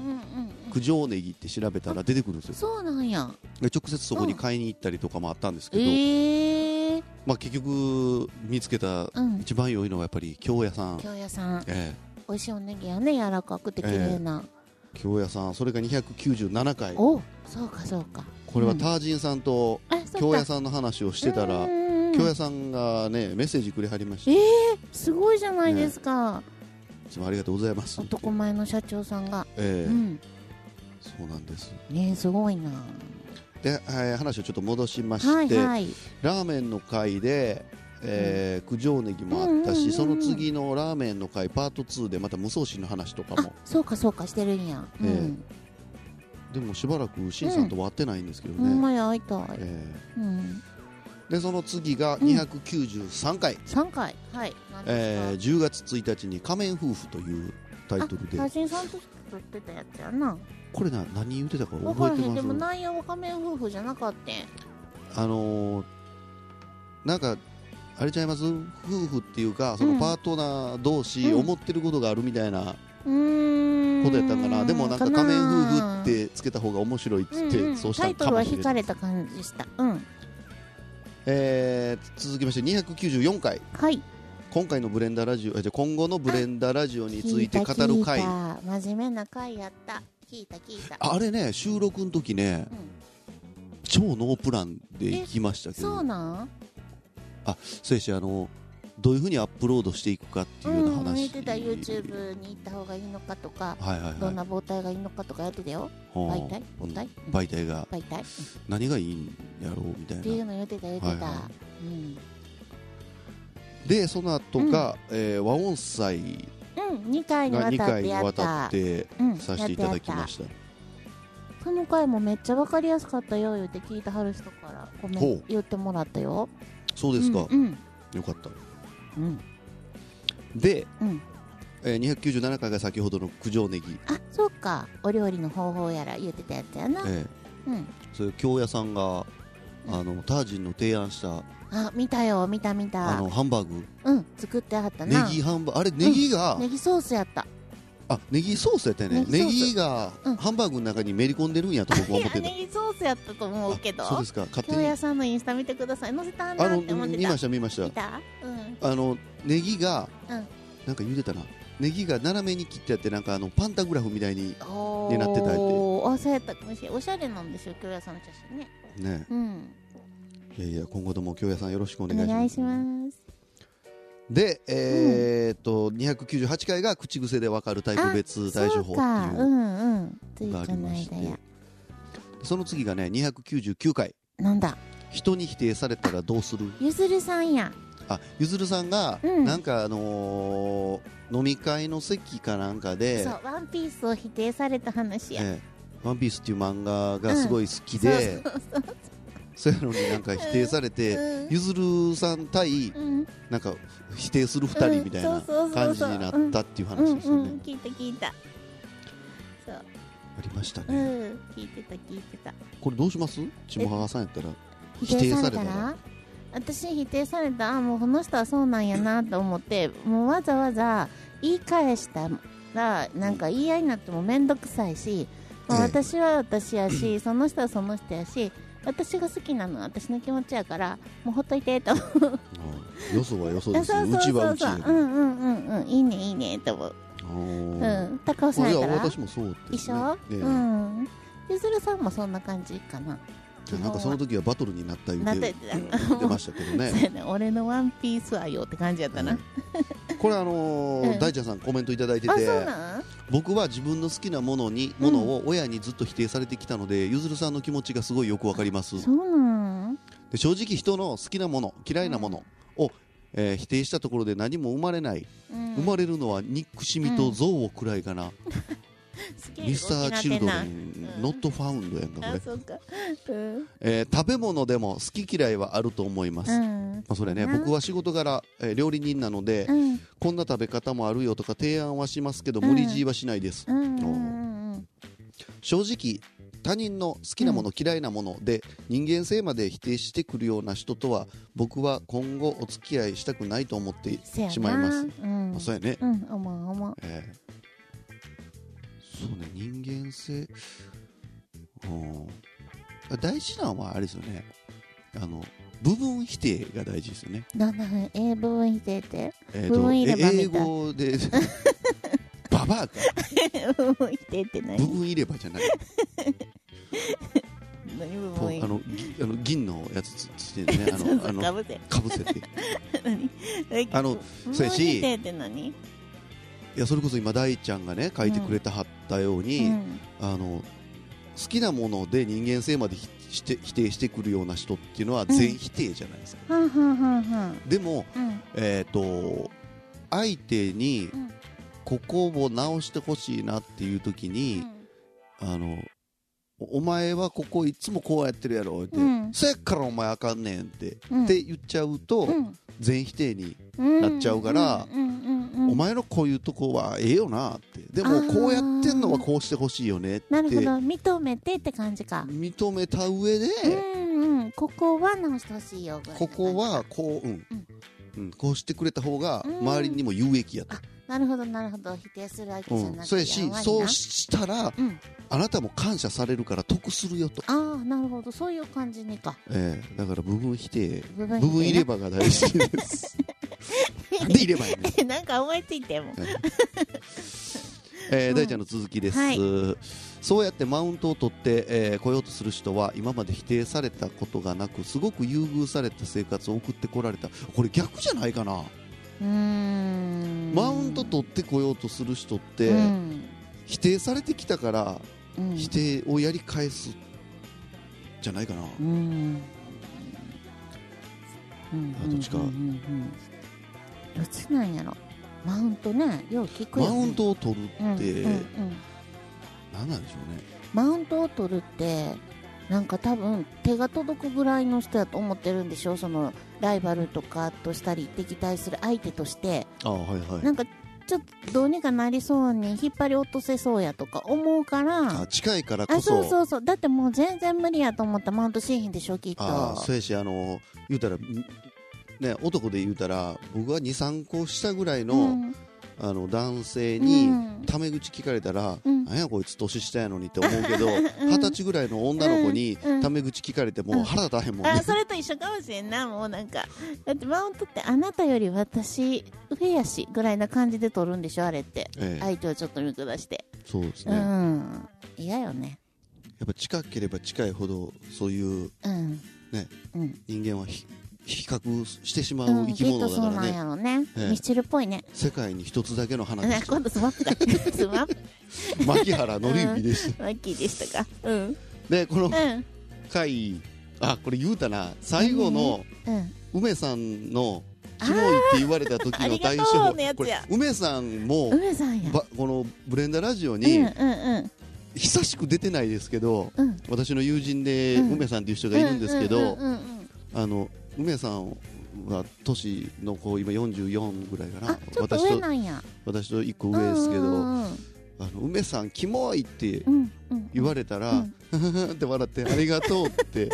[SPEAKER 3] 九条ネギって調べたら出てくるんですよ、
[SPEAKER 4] そうなんや
[SPEAKER 3] で直接そこに買いに行ったりとかもあったんですけど、
[SPEAKER 4] ええ
[SPEAKER 3] まあ、結局、見つけた
[SPEAKER 4] うん
[SPEAKER 3] 一番良いのはやっぱり京屋さん、
[SPEAKER 4] 京屋さん
[SPEAKER 3] え
[SPEAKER 4] 美味しいおネギやね柔らかくて綺麗な
[SPEAKER 3] え京屋さんそれが297回
[SPEAKER 4] おそうかそうか
[SPEAKER 3] これはタージンさんと
[SPEAKER 4] あそっか
[SPEAKER 3] 京屋さんの話をしてたら
[SPEAKER 4] うんうんうん
[SPEAKER 3] 京屋さんがねメッセージくれはりまし
[SPEAKER 4] え
[SPEAKER 3] て
[SPEAKER 4] すごいじゃないですか
[SPEAKER 3] いつもありがとうございますって
[SPEAKER 4] 男前の社長さんが
[SPEAKER 3] ええ
[SPEAKER 4] うん
[SPEAKER 3] そうなんです
[SPEAKER 4] ねえすごいな
[SPEAKER 3] で、えー話をちょっと戻しまして、
[SPEAKER 4] はいはい
[SPEAKER 3] ラーメンの回で、えー九条ネギもあったし、
[SPEAKER 4] うんうんうんうん
[SPEAKER 3] その次のラーメンの回パート2でまた無双心の話とか
[SPEAKER 4] あ
[SPEAKER 3] も
[SPEAKER 4] そうかそうかしてるんやう
[SPEAKER 3] ええ
[SPEAKER 4] ん
[SPEAKER 3] でもしばらくシンさんとは会ってないんですけど
[SPEAKER 4] ほん
[SPEAKER 3] ね、
[SPEAKER 4] まや会いたい、
[SPEAKER 3] え
[SPEAKER 4] うん、
[SPEAKER 3] ーでその次が
[SPEAKER 4] うん
[SPEAKER 3] 293回、
[SPEAKER 4] 3回はい何ですか
[SPEAKER 3] えー10月1日に「仮面夫婦」というタイトルで
[SPEAKER 4] 写真さんと撮ってたやつやな
[SPEAKER 3] これな何言ってたか
[SPEAKER 4] 分から
[SPEAKER 3] 覚
[SPEAKER 4] へ
[SPEAKER 3] えて
[SPEAKER 4] んでも
[SPEAKER 3] ます
[SPEAKER 4] 内容は仮面夫婦じゃなかったん
[SPEAKER 3] あのーなんかあれちゃいます夫婦っていうかそのパートナー同士
[SPEAKER 4] うん
[SPEAKER 3] 思ってることがあるみたいな
[SPEAKER 4] うーん
[SPEAKER 3] [LAUGHS] ことやったんかな、でもなんか「仮面夫婦」っ
[SPEAKER 4] って
[SPEAKER 3] つけた方が面白いっつって、そうした
[SPEAKER 4] タ
[SPEAKER 3] ん
[SPEAKER 4] イト
[SPEAKER 3] か
[SPEAKER 4] ル
[SPEAKER 3] も
[SPEAKER 4] は
[SPEAKER 3] しれ
[SPEAKER 4] 引
[SPEAKER 3] な
[SPEAKER 4] か
[SPEAKER 3] い
[SPEAKER 4] れた感じしたうん
[SPEAKER 3] えー続きまして294回
[SPEAKER 4] はい
[SPEAKER 3] 今回のブレンダーラジオあじゃあ今後のブレンダーラジオについて語
[SPEAKER 4] 聞
[SPEAKER 3] る
[SPEAKER 4] いた
[SPEAKER 3] 回あ
[SPEAKER 4] 聞いた真面目な回やった聞いた聞いた
[SPEAKER 3] れね収録の時ね
[SPEAKER 4] うん
[SPEAKER 3] 超ノープランで行きましたけ
[SPEAKER 4] そ
[SPEAKER 3] ど
[SPEAKER 4] うなん
[SPEAKER 3] そうやしあのどういうふうにアップロードしていくかっていうような話、
[SPEAKER 4] ん、言ってた YouTube に行った方がいいのかとか
[SPEAKER 3] はいはい
[SPEAKER 4] ど
[SPEAKER 3] は
[SPEAKER 4] ん
[SPEAKER 3] い
[SPEAKER 4] な媒体がいいのかとかやってたよ
[SPEAKER 3] ほう
[SPEAKER 4] 媒体
[SPEAKER 3] うん
[SPEAKER 4] 媒体
[SPEAKER 3] 媒体が
[SPEAKER 4] 媒体っ
[SPEAKER 3] 何がいいんやろうみたい
[SPEAKER 4] てい
[SPEAKER 3] な
[SPEAKER 4] うの言ってた言ってた、
[SPEAKER 3] はいは
[SPEAKER 4] うん
[SPEAKER 3] でその後が、えー和音祭
[SPEAKER 4] うん、2回に
[SPEAKER 3] が
[SPEAKER 4] わ
[SPEAKER 3] 2
[SPEAKER 4] たっ
[SPEAKER 3] 回
[SPEAKER 4] て
[SPEAKER 3] に
[SPEAKER 4] やっ
[SPEAKER 3] わた
[SPEAKER 4] た
[SPEAKER 3] っ。て
[SPEAKER 4] うん
[SPEAKER 3] させていただきま
[SPEAKER 4] やっ
[SPEAKER 3] した
[SPEAKER 4] たやったその回もめっちゃわかりやすかったよ言って聞いてはる人からコメ
[SPEAKER 3] ほ
[SPEAKER 4] ン
[SPEAKER 3] う
[SPEAKER 4] ト言ってもらったよ
[SPEAKER 3] そうですか、
[SPEAKER 4] うんうん
[SPEAKER 3] よかった
[SPEAKER 4] うん
[SPEAKER 3] で、
[SPEAKER 4] うん
[SPEAKER 3] えー297回が先ほどの九条ネギ、
[SPEAKER 4] あそうかお料理の方法やら言ってたやつやな
[SPEAKER 3] えー
[SPEAKER 4] うん
[SPEAKER 3] それ京屋さんがあのタージンの提案した
[SPEAKER 4] あ見たよ見た見
[SPEAKER 3] あ
[SPEAKER 4] た
[SPEAKER 3] のハンバーグ
[SPEAKER 4] うん作ってはった
[SPEAKER 3] ネ
[SPEAKER 4] な
[SPEAKER 3] ギハンバーグあれネギが、
[SPEAKER 4] ネギソースやった
[SPEAKER 3] あネギソースやったよね
[SPEAKER 4] ネ
[SPEAKER 3] ネ
[SPEAKER 4] ギソース
[SPEAKER 3] ギが
[SPEAKER 4] うん
[SPEAKER 3] ハンバーグの中にめり込んでるんやと
[SPEAKER 4] [LAUGHS]
[SPEAKER 3] 僕はい思
[SPEAKER 4] や
[SPEAKER 3] ってた
[SPEAKER 4] ネギソースやったと思うけど
[SPEAKER 3] あそうですか勝手
[SPEAKER 4] 京
[SPEAKER 3] に
[SPEAKER 4] 屋さんのインスタ見てください載せた
[SPEAKER 3] あ
[SPEAKER 4] な
[SPEAKER 3] の
[SPEAKER 4] って思って
[SPEAKER 3] 見
[SPEAKER 4] た
[SPEAKER 3] ました見ま
[SPEAKER 4] 見
[SPEAKER 3] した
[SPEAKER 4] うん
[SPEAKER 3] たあのネギが、
[SPEAKER 4] うん
[SPEAKER 3] なんか茹でたなネギが斜めに切ってあってなんかあのパンタグラフみたいに
[SPEAKER 4] お
[SPEAKER 3] になってたって
[SPEAKER 4] おあそうやったかもしれないおしゃれなんですよ京屋さんの写真ね
[SPEAKER 3] ね
[SPEAKER 4] うん
[SPEAKER 3] いやいや今後とも京屋さんよろしくお
[SPEAKER 4] お
[SPEAKER 3] 願いします
[SPEAKER 4] 願いします
[SPEAKER 3] でえーっと298回が口癖でわかるタイプ別対処法っていうう
[SPEAKER 4] そかうんうんつい
[SPEAKER 3] があ
[SPEAKER 4] こ
[SPEAKER 3] り
[SPEAKER 4] の
[SPEAKER 3] まして
[SPEAKER 4] 間や
[SPEAKER 3] その次がね299回
[SPEAKER 4] なんだ
[SPEAKER 3] 人に否定されたらどうする
[SPEAKER 4] ゆずるさんや
[SPEAKER 3] あゆずるさんが、
[SPEAKER 4] うん
[SPEAKER 3] なんかあのー飲み会の席かなんかで
[SPEAKER 4] そう「ワンピースを否定された話や、
[SPEAKER 3] ええワンピースっていう漫画がすごい好きで、そういうのになんか否定されて、
[SPEAKER 4] うん
[SPEAKER 3] ゆずるさん対
[SPEAKER 4] うん
[SPEAKER 3] なんか否定する2人みたい
[SPEAKER 4] うん
[SPEAKER 3] な
[SPEAKER 4] そうそうそうそう
[SPEAKER 3] 感じになったっていう
[SPEAKER 4] うんう
[SPEAKER 3] 話
[SPEAKER 4] ん
[SPEAKER 3] ですよね、
[SPEAKER 4] 聞いた聞いたそう
[SPEAKER 3] ありました
[SPEAKER 4] う
[SPEAKER 3] ね、
[SPEAKER 4] ん聞いてた聞いてた
[SPEAKER 3] これどうしますちもはがさんやったら
[SPEAKER 4] 否定されたら私否定されたあもうこの人はそうなんやなと
[SPEAKER 3] [LAUGHS]
[SPEAKER 4] 思ってもうわざわざ言い返したらなんか言い合いになっても面倒くさいし、まあ、
[SPEAKER 3] ええ
[SPEAKER 4] 私は私
[SPEAKER 3] [CLEARS THROAT]
[SPEAKER 4] やし、その人はその人やし私が好きなのは私の気持ちやからもうほっといてと思う
[SPEAKER 3] あよそはよそ
[SPEAKER 4] あ
[SPEAKER 3] です
[SPEAKER 4] そ
[SPEAKER 3] よ
[SPEAKER 4] う
[SPEAKER 3] う
[SPEAKER 4] [LAUGHS] そ
[SPEAKER 3] ち
[SPEAKER 4] う
[SPEAKER 3] は
[SPEAKER 4] そうう
[SPEAKER 3] ち
[SPEAKER 4] そう
[SPEAKER 3] や
[SPEAKER 4] う
[SPEAKER 3] で
[SPEAKER 4] んうんうんうんいいねいいねと思う、
[SPEAKER 3] あ
[SPEAKER 4] う
[SPEAKER 3] ー
[SPEAKER 4] ん、高尾さ
[SPEAKER 3] まあ
[SPEAKER 4] ん
[SPEAKER 3] じゃ
[SPEAKER 4] や
[SPEAKER 3] あ
[SPEAKER 4] から
[SPEAKER 3] 私もそう
[SPEAKER 4] 一
[SPEAKER 3] ですね
[SPEAKER 4] 緒、
[SPEAKER 3] ええ
[SPEAKER 4] うんゆずるさんもそんな感じかな
[SPEAKER 3] じゃあなんかその時はバトルになった言
[SPEAKER 4] な
[SPEAKER 3] う
[SPEAKER 4] ってて
[SPEAKER 3] 言ってましたけどね
[SPEAKER 4] そうやね [LAUGHS] 俺のワンピース愛よって感じやったな、
[SPEAKER 3] うんこれあのー
[SPEAKER 4] うん
[SPEAKER 3] 大ちゃんさんコメントいただいて
[SPEAKER 4] あそう
[SPEAKER 3] て
[SPEAKER 4] なん
[SPEAKER 3] 僕は自分の好きなものにものを親にずっと否定されてきたので、ゆずるさんの気持ちがすごいよくわかります
[SPEAKER 4] そうなん
[SPEAKER 3] で正直人の好きなもの嫌いなものを、えー否定したところで何も生まれない、
[SPEAKER 4] うん
[SPEAKER 3] 生まれるのは憎しみと憎悪くらいかな、
[SPEAKER 4] スケール
[SPEAKER 3] ミスタ
[SPEAKER 4] 大
[SPEAKER 3] ー・
[SPEAKER 4] き
[SPEAKER 3] チルドレ
[SPEAKER 4] なっ
[SPEAKER 3] ン、
[SPEAKER 4] てなうん
[SPEAKER 3] ノット・ファウンドやんかこ
[SPEAKER 4] あ
[SPEAKER 3] れ、
[SPEAKER 4] そうかうん
[SPEAKER 3] えー食べ物でも好き嫌いはあると思います、
[SPEAKER 4] う
[SPEAKER 3] ま
[SPEAKER 4] ん
[SPEAKER 3] あ、それね
[SPEAKER 4] な
[SPEAKER 3] 僕は仕事柄、えー料理人なので、
[SPEAKER 4] うん
[SPEAKER 3] こんな食べ方もあるよとか提案はしますけど
[SPEAKER 4] うん
[SPEAKER 3] 無理強いはしないです、
[SPEAKER 4] うんうんうん
[SPEAKER 3] 正直他人の好きなもの嫌いなもので人間性まで否定してくるような人とは僕は今後お付き合いしたくないと思って
[SPEAKER 4] せやな
[SPEAKER 3] しまいます
[SPEAKER 4] うん
[SPEAKER 3] まあそうやね、
[SPEAKER 4] うん思う思う
[SPEAKER 3] えーそうね人間性うんあ大事なのはあれですよねあの部分否定が大事ですよね、
[SPEAKER 4] だんだん英文否
[SPEAKER 3] [LAUGHS]
[SPEAKER 4] 定って
[SPEAKER 3] えー
[SPEAKER 4] 部
[SPEAKER 3] と
[SPEAKER 4] 分入れ歯
[SPEAKER 3] え英
[SPEAKER 4] みたい
[SPEAKER 3] 語でバ
[SPEAKER 4] [LAUGHS]
[SPEAKER 3] バアか
[SPEAKER 4] 部分否定って何
[SPEAKER 3] 部分入れ歯じゃない
[SPEAKER 4] 何部
[SPEAKER 3] こうあ
[SPEAKER 4] 分否
[SPEAKER 3] のぎあの銀のやつつつってね
[SPEAKER 4] 定
[SPEAKER 3] あ
[SPEAKER 4] [LAUGHS] そう
[SPEAKER 3] の
[SPEAKER 4] そ
[SPEAKER 3] あ
[SPEAKER 4] うか
[SPEAKER 3] の
[SPEAKER 4] ぶせ
[SPEAKER 3] かぶせ
[SPEAKER 4] [LAUGHS]
[SPEAKER 3] てい
[SPEAKER 4] 何
[SPEAKER 3] あの
[SPEAKER 4] 部
[SPEAKER 3] そう
[SPEAKER 4] 分
[SPEAKER 3] やし
[SPEAKER 4] 否定って何
[SPEAKER 3] やそれこそ今大ちゃんがね書いてくれたはったように、
[SPEAKER 4] うん
[SPEAKER 3] あの好きなもので人間性までひして否定してくるような人っていうのは全否定じゃないですか、
[SPEAKER 4] はんはんはんはん
[SPEAKER 3] でも
[SPEAKER 4] うん
[SPEAKER 3] えっ、と相手に
[SPEAKER 4] うん
[SPEAKER 3] ここを直してほしいなっていう時に、あのおお前はここいつもこうやってるやろって、
[SPEAKER 4] うん
[SPEAKER 3] そやからお前あかんねんって、
[SPEAKER 4] うん
[SPEAKER 3] って言っちゃうと、
[SPEAKER 4] うん
[SPEAKER 3] 全否定に、
[SPEAKER 4] うん
[SPEAKER 3] なっちゃうから
[SPEAKER 4] うんうんうんうん
[SPEAKER 3] お前のこういうとこはええよなってで
[SPEAKER 4] あ
[SPEAKER 3] も
[SPEAKER 4] ー
[SPEAKER 3] こうやってんのはこうしてほしいよねって
[SPEAKER 4] なるほど認めてって感じか
[SPEAKER 3] 認めた上で、
[SPEAKER 4] うんうんここは直してほしいよぐらい
[SPEAKER 3] こ
[SPEAKER 4] な感じ
[SPEAKER 3] こはこう、うんうんこうしてくれた方が
[SPEAKER 4] うん
[SPEAKER 3] 周りにも有益やと、
[SPEAKER 4] なるほどなるほど否定するわけ
[SPEAKER 3] う
[SPEAKER 4] じゃ
[SPEAKER 3] ん
[SPEAKER 4] なくて
[SPEAKER 3] そうやしそう
[SPEAKER 4] し
[SPEAKER 3] したら
[SPEAKER 4] うん
[SPEAKER 3] あなたも感謝されるから得するよと、
[SPEAKER 4] ああなるほどそういう感じにか
[SPEAKER 3] ええだから部分否定部
[SPEAKER 4] 部分
[SPEAKER 3] 分入れ
[SPEAKER 4] ば
[SPEAKER 3] 歯が大事です
[SPEAKER 4] [LAUGHS]
[SPEAKER 3] なんで入れ歯やねん
[SPEAKER 4] なんか思いついても
[SPEAKER 3] [LAUGHS] えー
[SPEAKER 4] うん
[SPEAKER 3] 大ちゃんの続きです、
[SPEAKER 4] はい
[SPEAKER 3] そうやってマウントを取って、えー来ようとする人は今まで否定されたことがなくすごく優遇された生活を送ってこられたこれ逆じゃないかな、
[SPEAKER 4] うーん
[SPEAKER 3] マウント取って来ようとする人って、
[SPEAKER 4] うん
[SPEAKER 3] 否定されてきたから
[SPEAKER 4] うん
[SPEAKER 3] 否定をやり返すじゃないかな、
[SPEAKER 4] うん
[SPEAKER 3] あどっちか
[SPEAKER 4] うんうんうんうんどっちなんやろマウントねよう聞くよ
[SPEAKER 3] マ
[SPEAKER 4] ね
[SPEAKER 3] ウントを取る
[SPEAKER 4] うん
[SPEAKER 3] って
[SPEAKER 4] うんうん
[SPEAKER 3] 何なんでしょうね、
[SPEAKER 4] マウントを取るってなんか多分手が届くぐらいの人だと思ってるんでしょそのライバルとかとしたり敵対する相手として
[SPEAKER 3] ああはいはい
[SPEAKER 4] なんかちょっとどうにかなりそうに引っ張り落とせそうやとか思うから
[SPEAKER 3] あ近いからこ
[SPEAKER 4] あ
[SPEAKER 3] そ
[SPEAKER 4] そうそうそうだってもう全然無理やと思ったらマウント製品でしょきっと
[SPEAKER 3] ああそうやしあの言うたらんね男で言うたら僕は23個下ぐらいの,、
[SPEAKER 4] うん
[SPEAKER 3] あの男性
[SPEAKER 4] う
[SPEAKER 3] に
[SPEAKER 4] ん
[SPEAKER 3] タメ口聞かれたら、
[SPEAKER 4] うん
[SPEAKER 3] なんやこいつ年下やのにって思うけ
[SPEAKER 4] [LAUGHS]
[SPEAKER 3] ど二十、歳ぐらいの女の子に
[SPEAKER 4] うんうん
[SPEAKER 3] タメ口聞かれてもう腹立たへんもんね、
[SPEAKER 4] あそれと一緒かもしれんなもうなんかだってマウントってあなたより私上やしぐらいな感じで取るんでしょあれって
[SPEAKER 3] ええ
[SPEAKER 4] 相手をちょっと見下して
[SPEAKER 3] そうです
[SPEAKER 4] う
[SPEAKER 3] ね、や
[SPEAKER 4] ん嫌よね
[SPEAKER 3] っぱ近ければ近いほどそういう
[SPEAKER 4] うん
[SPEAKER 3] ね
[SPEAKER 4] うん
[SPEAKER 3] 人間はひ比較してしま
[SPEAKER 4] う、
[SPEAKER 3] うん生き
[SPEAKER 4] きっ
[SPEAKER 3] 物だ
[SPEAKER 4] とそう
[SPEAKER 3] から
[SPEAKER 4] なん
[SPEAKER 3] ね、
[SPEAKER 4] やろね、
[SPEAKER 3] ええ
[SPEAKER 4] ミスチルっぽいね
[SPEAKER 3] 世界に一つだけの花でした
[SPEAKER 4] 今度スマップだ [LAUGHS] スマップ
[SPEAKER 3] 牧原紀之でした、
[SPEAKER 4] マッキーでしたかうんうん
[SPEAKER 3] でこの
[SPEAKER 4] うん
[SPEAKER 3] 回あこれ言うたな最後の、梅さんのキモいって言われた時の対処
[SPEAKER 4] あーありがと
[SPEAKER 3] 法
[SPEAKER 4] うのやつ
[SPEAKER 3] これ
[SPEAKER 4] や
[SPEAKER 3] 梅さんも
[SPEAKER 4] 梅さんや
[SPEAKER 3] ばこのブレンダーラジオ
[SPEAKER 4] うん
[SPEAKER 3] に
[SPEAKER 4] うん
[SPEAKER 3] 久しく出てないですけど
[SPEAKER 4] うんうん
[SPEAKER 3] 私の友人で
[SPEAKER 4] うん
[SPEAKER 3] 梅さんっていう人がいるんですけ
[SPEAKER 4] うん
[SPEAKER 3] ど
[SPEAKER 4] うんうんうん
[SPEAKER 3] あの梅さんは年の子今44ぐらいか
[SPEAKER 4] あ
[SPEAKER 3] な
[SPEAKER 4] ちょっと
[SPEAKER 3] 私
[SPEAKER 4] 上
[SPEAKER 3] と
[SPEAKER 4] なんや
[SPEAKER 3] 私と一個上ですけど
[SPEAKER 4] うん
[SPEAKER 3] あの梅さんキモいって
[SPEAKER 4] うんうん
[SPEAKER 3] 言われたら、
[SPEAKER 4] う
[SPEAKER 3] [LAUGHS]
[SPEAKER 4] ん
[SPEAKER 3] って笑ってありがとうって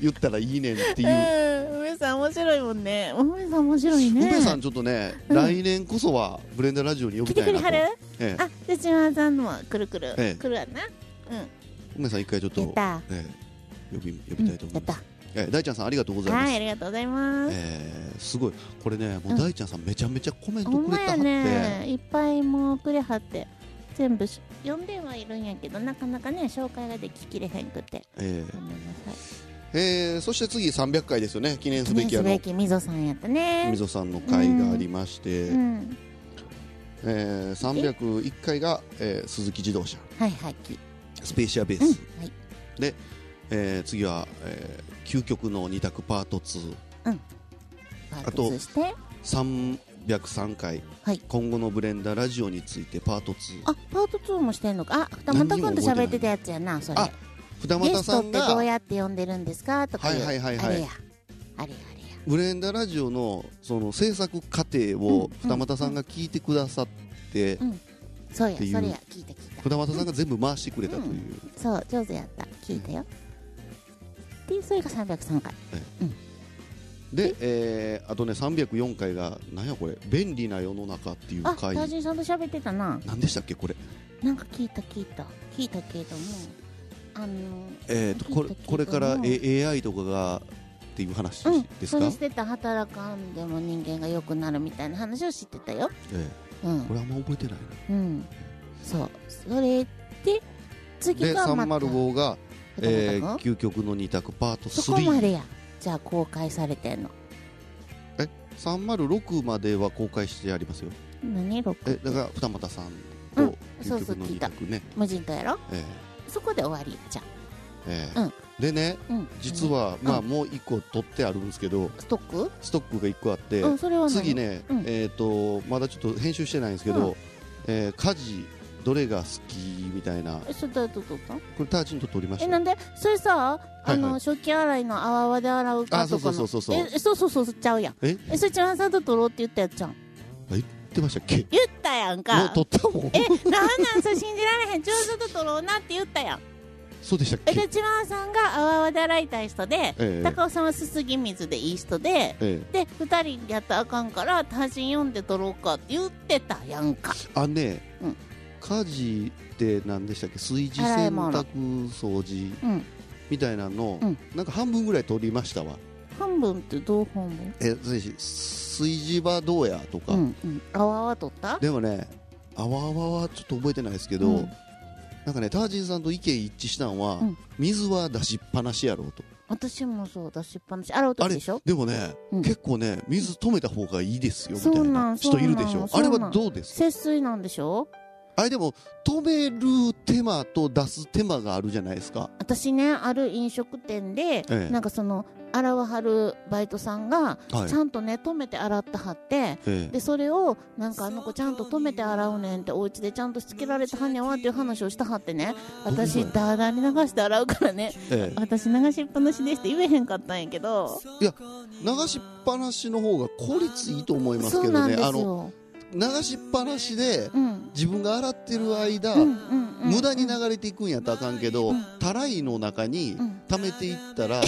[SPEAKER 3] 言ったらいいねんっていう
[SPEAKER 4] うん梅さん面白いもんね梅さん面白いね
[SPEAKER 3] 梅さんちょっとね、
[SPEAKER 4] うん
[SPEAKER 3] 来年こそはブレンダーラジオに呼
[SPEAKER 4] 来
[SPEAKER 3] び
[SPEAKER 4] て
[SPEAKER 3] た
[SPEAKER 4] く
[SPEAKER 3] い
[SPEAKER 4] れ
[SPEAKER 3] な
[SPEAKER 4] は
[SPEAKER 3] と、
[SPEAKER 4] る
[SPEAKER 3] ええ
[SPEAKER 4] あじゃあ千葉さんのはくるくる、
[SPEAKER 3] ええ
[SPEAKER 4] くるわなうん
[SPEAKER 3] 梅さん一回ちょっと
[SPEAKER 4] やった、
[SPEAKER 3] ええ呼び呼びたいと
[SPEAKER 4] う
[SPEAKER 3] 思
[SPEAKER 4] ん
[SPEAKER 3] いま
[SPEAKER 4] やった
[SPEAKER 3] す、ええ大ちゃんさんありがとうございます、
[SPEAKER 4] はいありがとうございます、
[SPEAKER 3] ええすごいこれねもう
[SPEAKER 4] ん
[SPEAKER 3] 大ちゃんさんめちゃめちゃコメント
[SPEAKER 4] ほん
[SPEAKER 3] く
[SPEAKER 4] ま
[SPEAKER 3] れたは
[SPEAKER 4] や
[SPEAKER 3] って、
[SPEAKER 4] ねいっぱいもうくれはって全部し読んではいるんやけどなかなかね紹介ができきれへんくて
[SPEAKER 3] え
[SPEAKER 4] ごめんなさい
[SPEAKER 3] えええそして次300回ですよね記念
[SPEAKER 4] 記
[SPEAKER 3] すべ
[SPEAKER 4] 念
[SPEAKER 3] きあ
[SPEAKER 4] すべ
[SPEAKER 3] の
[SPEAKER 4] きみぞさんやったね
[SPEAKER 3] みぞさんの会がありまして、
[SPEAKER 4] うん
[SPEAKER 3] ええ301回が、ええ鈴木自動車
[SPEAKER 4] はいはいき
[SPEAKER 3] スペーシアベース、
[SPEAKER 4] うんはい
[SPEAKER 3] で、ええ次は、ええ究極の2択パート2
[SPEAKER 4] パー
[SPEAKER 3] あ
[SPEAKER 4] ト
[SPEAKER 3] と
[SPEAKER 4] 2して
[SPEAKER 3] 303回、
[SPEAKER 4] はい
[SPEAKER 3] 今後のブレンダーラジオについてパート2
[SPEAKER 4] あパート2もしてんのかあ二股君と喋ってたやつやなそれ
[SPEAKER 3] あ二
[SPEAKER 4] ゲ
[SPEAKER 3] 俣
[SPEAKER 4] ス
[SPEAKER 3] さ
[SPEAKER 4] トっ
[SPEAKER 3] ん
[SPEAKER 4] てどう
[SPEAKER 3] が
[SPEAKER 4] やって呼んでるんですかとかいう、
[SPEAKER 3] はいはいはいはい
[SPEAKER 4] あれやあれやあれや
[SPEAKER 3] ブレンダーラジオのその制作過程
[SPEAKER 4] う
[SPEAKER 3] を
[SPEAKER 4] ん
[SPEAKER 3] 二俣さんが聞いてくださって、
[SPEAKER 4] そうや
[SPEAKER 3] っていう
[SPEAKER 4] それや聞いた聞いた
[SPEAKER 3] 二俣さんが全部回してくれたという、
[SPEAKER 4] そう上手やった聞いたよ、でそれが303回
[SPEAKER 3] で、えーあとね304回がなんやこれ「便利な世の中」っていう
[SPEAKER 4] あ
[SPEAKER 3] 回
[SPEAKER 4] 大臣さんと喋ってたな
[SPEAKER 3] 何でしたっけこれ
[SPEAKER 4] なんか聞いた聞いた聞いたけれどもあの
[SPEAKER 3] えーとこれこれから
[SPEAKER 4] うん
[SPEAKER 3] A- AI とかがっていう話
[SPEAKER 4] うん
[SPEAKER 3] です
[SPEAKER 4] そ
[SPEAKER 3] か、
[SPEAKER 4] れしてた働かんでも人間が良くなるみたいな話を知ってたよ
[SPEAKER 3] え
[SPEAKER 4] う
[SPEAKER 3] ーこ
[SPEAKER 4] ん
[SPEAKER 3] れあんま覚えてないな
[SPEAKER 4] うんそうそれで次
[SPEAKER 3] で
[SPEAKER 4] がまた
[SPEAKER 3] 305が、え
[SPEAKER 4] 二股
[SPEAKER 3] ー
[SPEAKER 4] くん
[SPEAKER 3] 究極の二択パート
[SPEAKER 4] そこま
[SPEAKER 3] 3
[SPEAKER 4] でやじゃあ公開されてんの
[SPEAKER 3] 306までは公開してありますよ
[SPEAKER 4] 何6
[SPEAKER 3] えだから二俣さん
[SPEAKER 4] う
[SPEAKER 3] と
[SPEAKER 4] んそう
[SPEAKER 3] 究
[SPEAKER 4] そう
[SPEAKER 3] 極の
[SPEAKER 4] 聞い
[SPEAKER 3] 二
[SPEAKER 4] た
[SPEAKER 3] 択ね、
[SPEAKER 4] 無人島やろ
[SPEAKER 3] え
[SPEAKER 4] そこで終わりやじゃ
[SPEAKER 3] えええ
[SPEAKER 4] うん
[SPEAKER 3] でね
[SPEAKER 4] あうん
[SPEAKER 3] 実は、ま
[SPEAKER 4] う
[SPEAKER 3] あもう一個取ってあるんですけど
[SPEAKER 4] ストック
[SPEAKER 3] ストックが一個あって、
[SPEAKER 4] うんそれは何
[SPEAKER 3] 次ね、
[SPEAKER 4] うん
[SPEAKER 3] えっ、とまだちょっと編集してないんですけど、えー家事どれが好きみたいなこ
[SPEAKER 4] えそれ誰と取った
[SPEAKER 3] れターチにとっておりまし
[SPEAKER 4] え
[SPEAKER 3] た
[SPEAKER 4] なんでそれさあの、
[SPEAKER 3] はいはい
[SPEAKER 4] 食器洗いの泡泡で洗うか
[SPEAKER 3] あそ
[SPEAKER 4] と
[SPEAKER 3] うそ
[SPEAKER 4] か
[SPEAKER 3] うそ
[SPEAKER 4] の
[SPEAKER 3] うそうそう
[SPEAKER 4] えそうそうそうそうちゃうやん
[SPEAKER 3] え
[SPEAKER 4] えそれちゃんさんと取ろうって言ったやつじゃん
[SPEAKER 3] あ言ってましたっけ
[SPEAKER 4] 言ったやん
[SPEAKER 3] もう
[SPEAKER 4] か
[SPEAKER 3] 撮ったもん
[SPEAKER 4] えなんなんそれ信じられへんちょうどと取ろうなって言ったやん
[SPEAKER 3] [LAUGHS] そうでしたっ
[SPEAKER 4] え
[SPEAKER 3] け
[SPEAKER 4] で千葉さんが泡泡で洗いたい人で、
[SPEAKER 3] ええ
[SPEAKER 4] 高尾さんはすすぎ水でいい人で
[SPEAKER 3] ええ
[SPEAKER 4] で2人やったらあかんから単身読んで取ろうかって言ってたやんか
[SPEAKER 3] あね、
[SPEAKER 4] うん
[SPEAKER 3] 家事って何でしたっけ炊事
[SPEAKER 4] 洗い
[SPEAKER 3] 洗
[SPEAKER 4] 物
[SPEAKER 3] 濯掃除
[SPEAKER 4] うん
[SPEAKER 3] みたいなの、
[SPEAKER 4] うん
[SPEAKER 3] なんか半分ぐらい取りましたわ
[SPEAKER 4] 半分ってどう半分
[SPEAKER 3] えぜひ炊事場どうやとか、
[SPEAKER 4] うんうん泡泡取った
[SPEAKER 3] でもねあわあわはちょっと覚えてないですけど、
[SPEAKER 4] うん
[SPEAKER 3] なんかねタージンさんと意見一致したんは、
[SPEAKER 4] うん
[SPEAKER 3] 水は出しっぱなしやろうと
[SPEAKER 4] 私もそう出しっぱなし洗う
[SPEAKER 3] あ
[SPEAKER 4] 時
[SPEAKER 3] れ
[SPEAKER 4] でしょ
[SPEAKER 3] でもね、
[SPEAKER 4] うん
[SPEAKER 3] 結構ね水止めた方がいいですよみた
[SPEAKER 4] そ
[SPEAKER 3] いう
[SPEAKER 4] な
[SPEAKER 3] なん人いるでしょ
[SPEAKER 4] そ
[SPEAKER 3] あ
[SPEAKER 4] うな
[SPEAKER 3] れ
[SPEAKER 4] ん
[SPEAKER 3] はどうです
[SPEAKER 4] 節水なんでしょ
[SPEAKER 3] あれでも止める手間と出す手間があるじゃないですか
[SPEAKER 4] 私ねある飲食店で、
[SPEAKER 3] ええ
[SPEAKER 4] なんかその洗わはるバイトさんが、
[SPEAKER 3] はい
[SPEAKER 4] ちゃんとね止めて洗ってはって
[SPEAKER 3] ええ
[SPEAKER 4] でそれをなんかあの子ちゃんと止めて洗うねんってお家でちゃんとしつけられたはんねんわっていう話をしたはってね私ダーダーに流して洗うからね
[SPEAKER 3] ええ
[SPEAKER 4] 私流しっぱなしでして言えへんかったんやけど
[SPEAKER 3] いや流しっぱなしの方が効率いいと思いま
[SPEAKER 4] そ
[SPEAKER 3] す
[SPEAKER 4] う
[SPEAKER 3] けど
[SPEAKER 4] なん
[SPEAKER 3] ね
[SPEAKER 4] です
[SPEAKER 3] あの
[SPEAKER 4] よ、
[SPEAKER 3] 流しっぱなしで
[SPEAKER 4] うん
[SPEAKER 3] 自分が洗ってる間、
[SPEAKER 4] うんうんうん、
[SPEAKER 3] 無駄に流れていくんやったらあかんけど、たらいの中に
[SPEAKER 4] うん
[SPEAKER 3] 溜めていったら、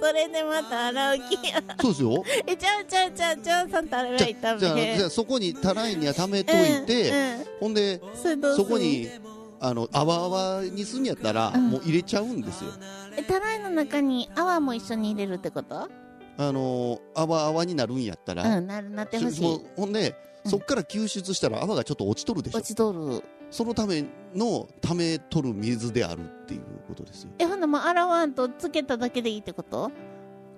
[SPEAKER 4] それでまた洗う気や [LAUGHS]
[SPEAKER 3] そうですよ
[SPEAKER 4] えちゃうちゃうちゃうちゃうさんと洗
[SPEAKER 3] じ
[SPEAKER 4] いた [LAUGHS]
[SPEAKER 3] ゃ
[SPEAKER 4] め
[SPEAKER 3] じゃあじゃあそこにたらいには溜めといて、
[SPEAKER 4] うんうん
[SPEAKER 3] ほんで
[SPEAKER 4] それどうす
[SPEAKER 3] そ
[SPEAKER 4] る
[SPEAKER 3] こにあの泡々にすんやったら、
[SPEAKER 4] ん
[SPEAKER 3] もう入れちゃうんですよ
[SPEAKER 4] えたらいの中に泡も一緒に入れるってこと
[SPEAKER 3] あの泡々になるんやったら、
[SPEAKER 4] うんなるなってほし
[SPEAKER 3] そもう
[SPEAKER 4] い
[SPEAKER 3] ほんで
[SPEAKER 4] うん
[SPEAKER 3] そっから救出したら泡がちょっと落ちとるでしょ
[SPEAKER 4] 落ちとる
[SPEAKER 3] そのためのため取る水であるっていうことですよ。
[SPEAKER 4] えほんなもう洗わんとつけただけでいいってこと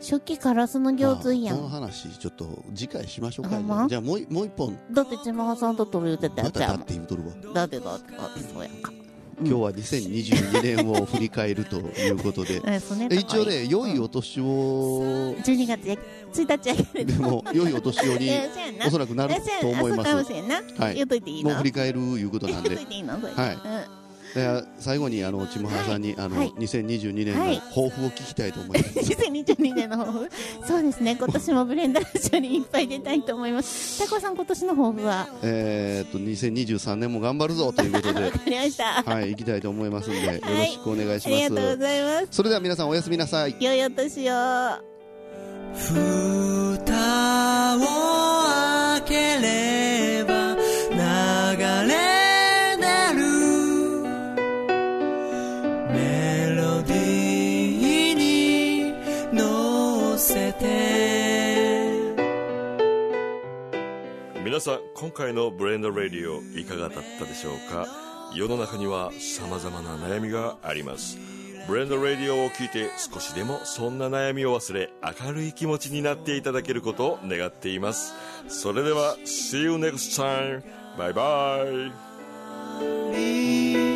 [SPEAKER 4] 初期カラスの行水や
[SPEAKER 3] まあこ
[SPEAKER 4] ん
[SPEAKER 3] の話ちょっと次回しましょうか、
[SPEAKER 4] ほんま
[SPEAKER 3] じゃあもういもう一本
[SPEAKER 4] だって千葉さんと取る言って
[SPEAKER 3] ま
[SPEAKER 4] たやつ
[SPEAKER 3] た
[SPEAKER 4] や
[SPEAKER 3] だ
[SPEAKER 4] も
[SPEAKER 3] っ
[SPEAKER 4] ん
[SPEAKER 3] て言うとるわ。
[SPEAKER 4] だってだってだってそうやんかうん
[SPEAKER 3] 今日は2022年を振り返るということ
[SPEAKER 4] [LAUGHS]
[SPEAKER 3] で
[SPEAKER 4] えそうね
[SPEAKER 3] え一応ね良いお年を
[SPEAKER 4] 12月や1日やけれ
[SPEAKER 3] で
[SPEAKER 4] ど
[SPEAKER 3] も良いお年を
[SPEAKER 4] [LAUGHS]
[SPEAKER 3] に
[SPEAKER 4] えそうやんな
[SPEAKER 3] おそらくなる
[SPEAKER 4] えそうやん
[SPEAKER 3] と思い
[SPEAKER 4] あ
[SPEAKER 3] ま
[SPEAKER 4] そうか
[SPEAKER 3] す
[SPEAKER 4] もしれんな
[SPEAKER 3] はい
[SPEAKER 4] 言っといていい
[SPEAKER 3] もう
[SPEAKER 4] の
[SPEAKER 3] 振り返るいうこと
[SPEAKER 4] [LAUGHS] 言
[SPEAKER 3] なん
[SPEAKER 4] っと
[SPEAKER 3] で
[SPEAKER 4] いていいのそれ
[SPEAKER 3] はい
[SPEAKER 4] うん
[SPEAKER 3] で最後にあのちむはやさんにあの
[SPEAKER 4] はい
[SPEAKER 3] 2022年
[SPEAKER 4] は
[SPEAKER 3] の
[SPEAKER 4] い
[SPEAKER 3] 抱負を聞きたいと思います
[SPEAKER 4] 2022年の抱負そうですね今年もブレンダー賞にいっぱい出たいと思いますタコさん今年の抱負は
[SPEAKER 3] えーっと2023年も頑張るぞということ
[SPEAKER 4] [LAUGHS]
[SPEAKER 3] で
[SPEAKER 4] わかりました、
[SPEAKER 3] はい行きたいと思いますんでよろしくお願いし
[SPEAKER 4] あ
[SPEAKER 3] ま
[SPEAKER 4] りがとうご
[SPEAKER 3] す
[SPEAKER 4] ざいます
[SPEAKER 3] それでは皆さんおやすみなさい
[SPEAKER 4] 良いお年を
[SPEAKER 2] 蓋を開ければ流れ出るメロディーに乗せて
[SPEAKER 1] 皆さん今回のブレンドレディオいかがだったでしょうか世の中には様々な悩みがありますブレンドレディオを聞いて少しでもそんな悩みを忘れ明るい気持ちになっていただけることを願っていますそれでは See you next time バイバイ
[SPEAKER 2] 「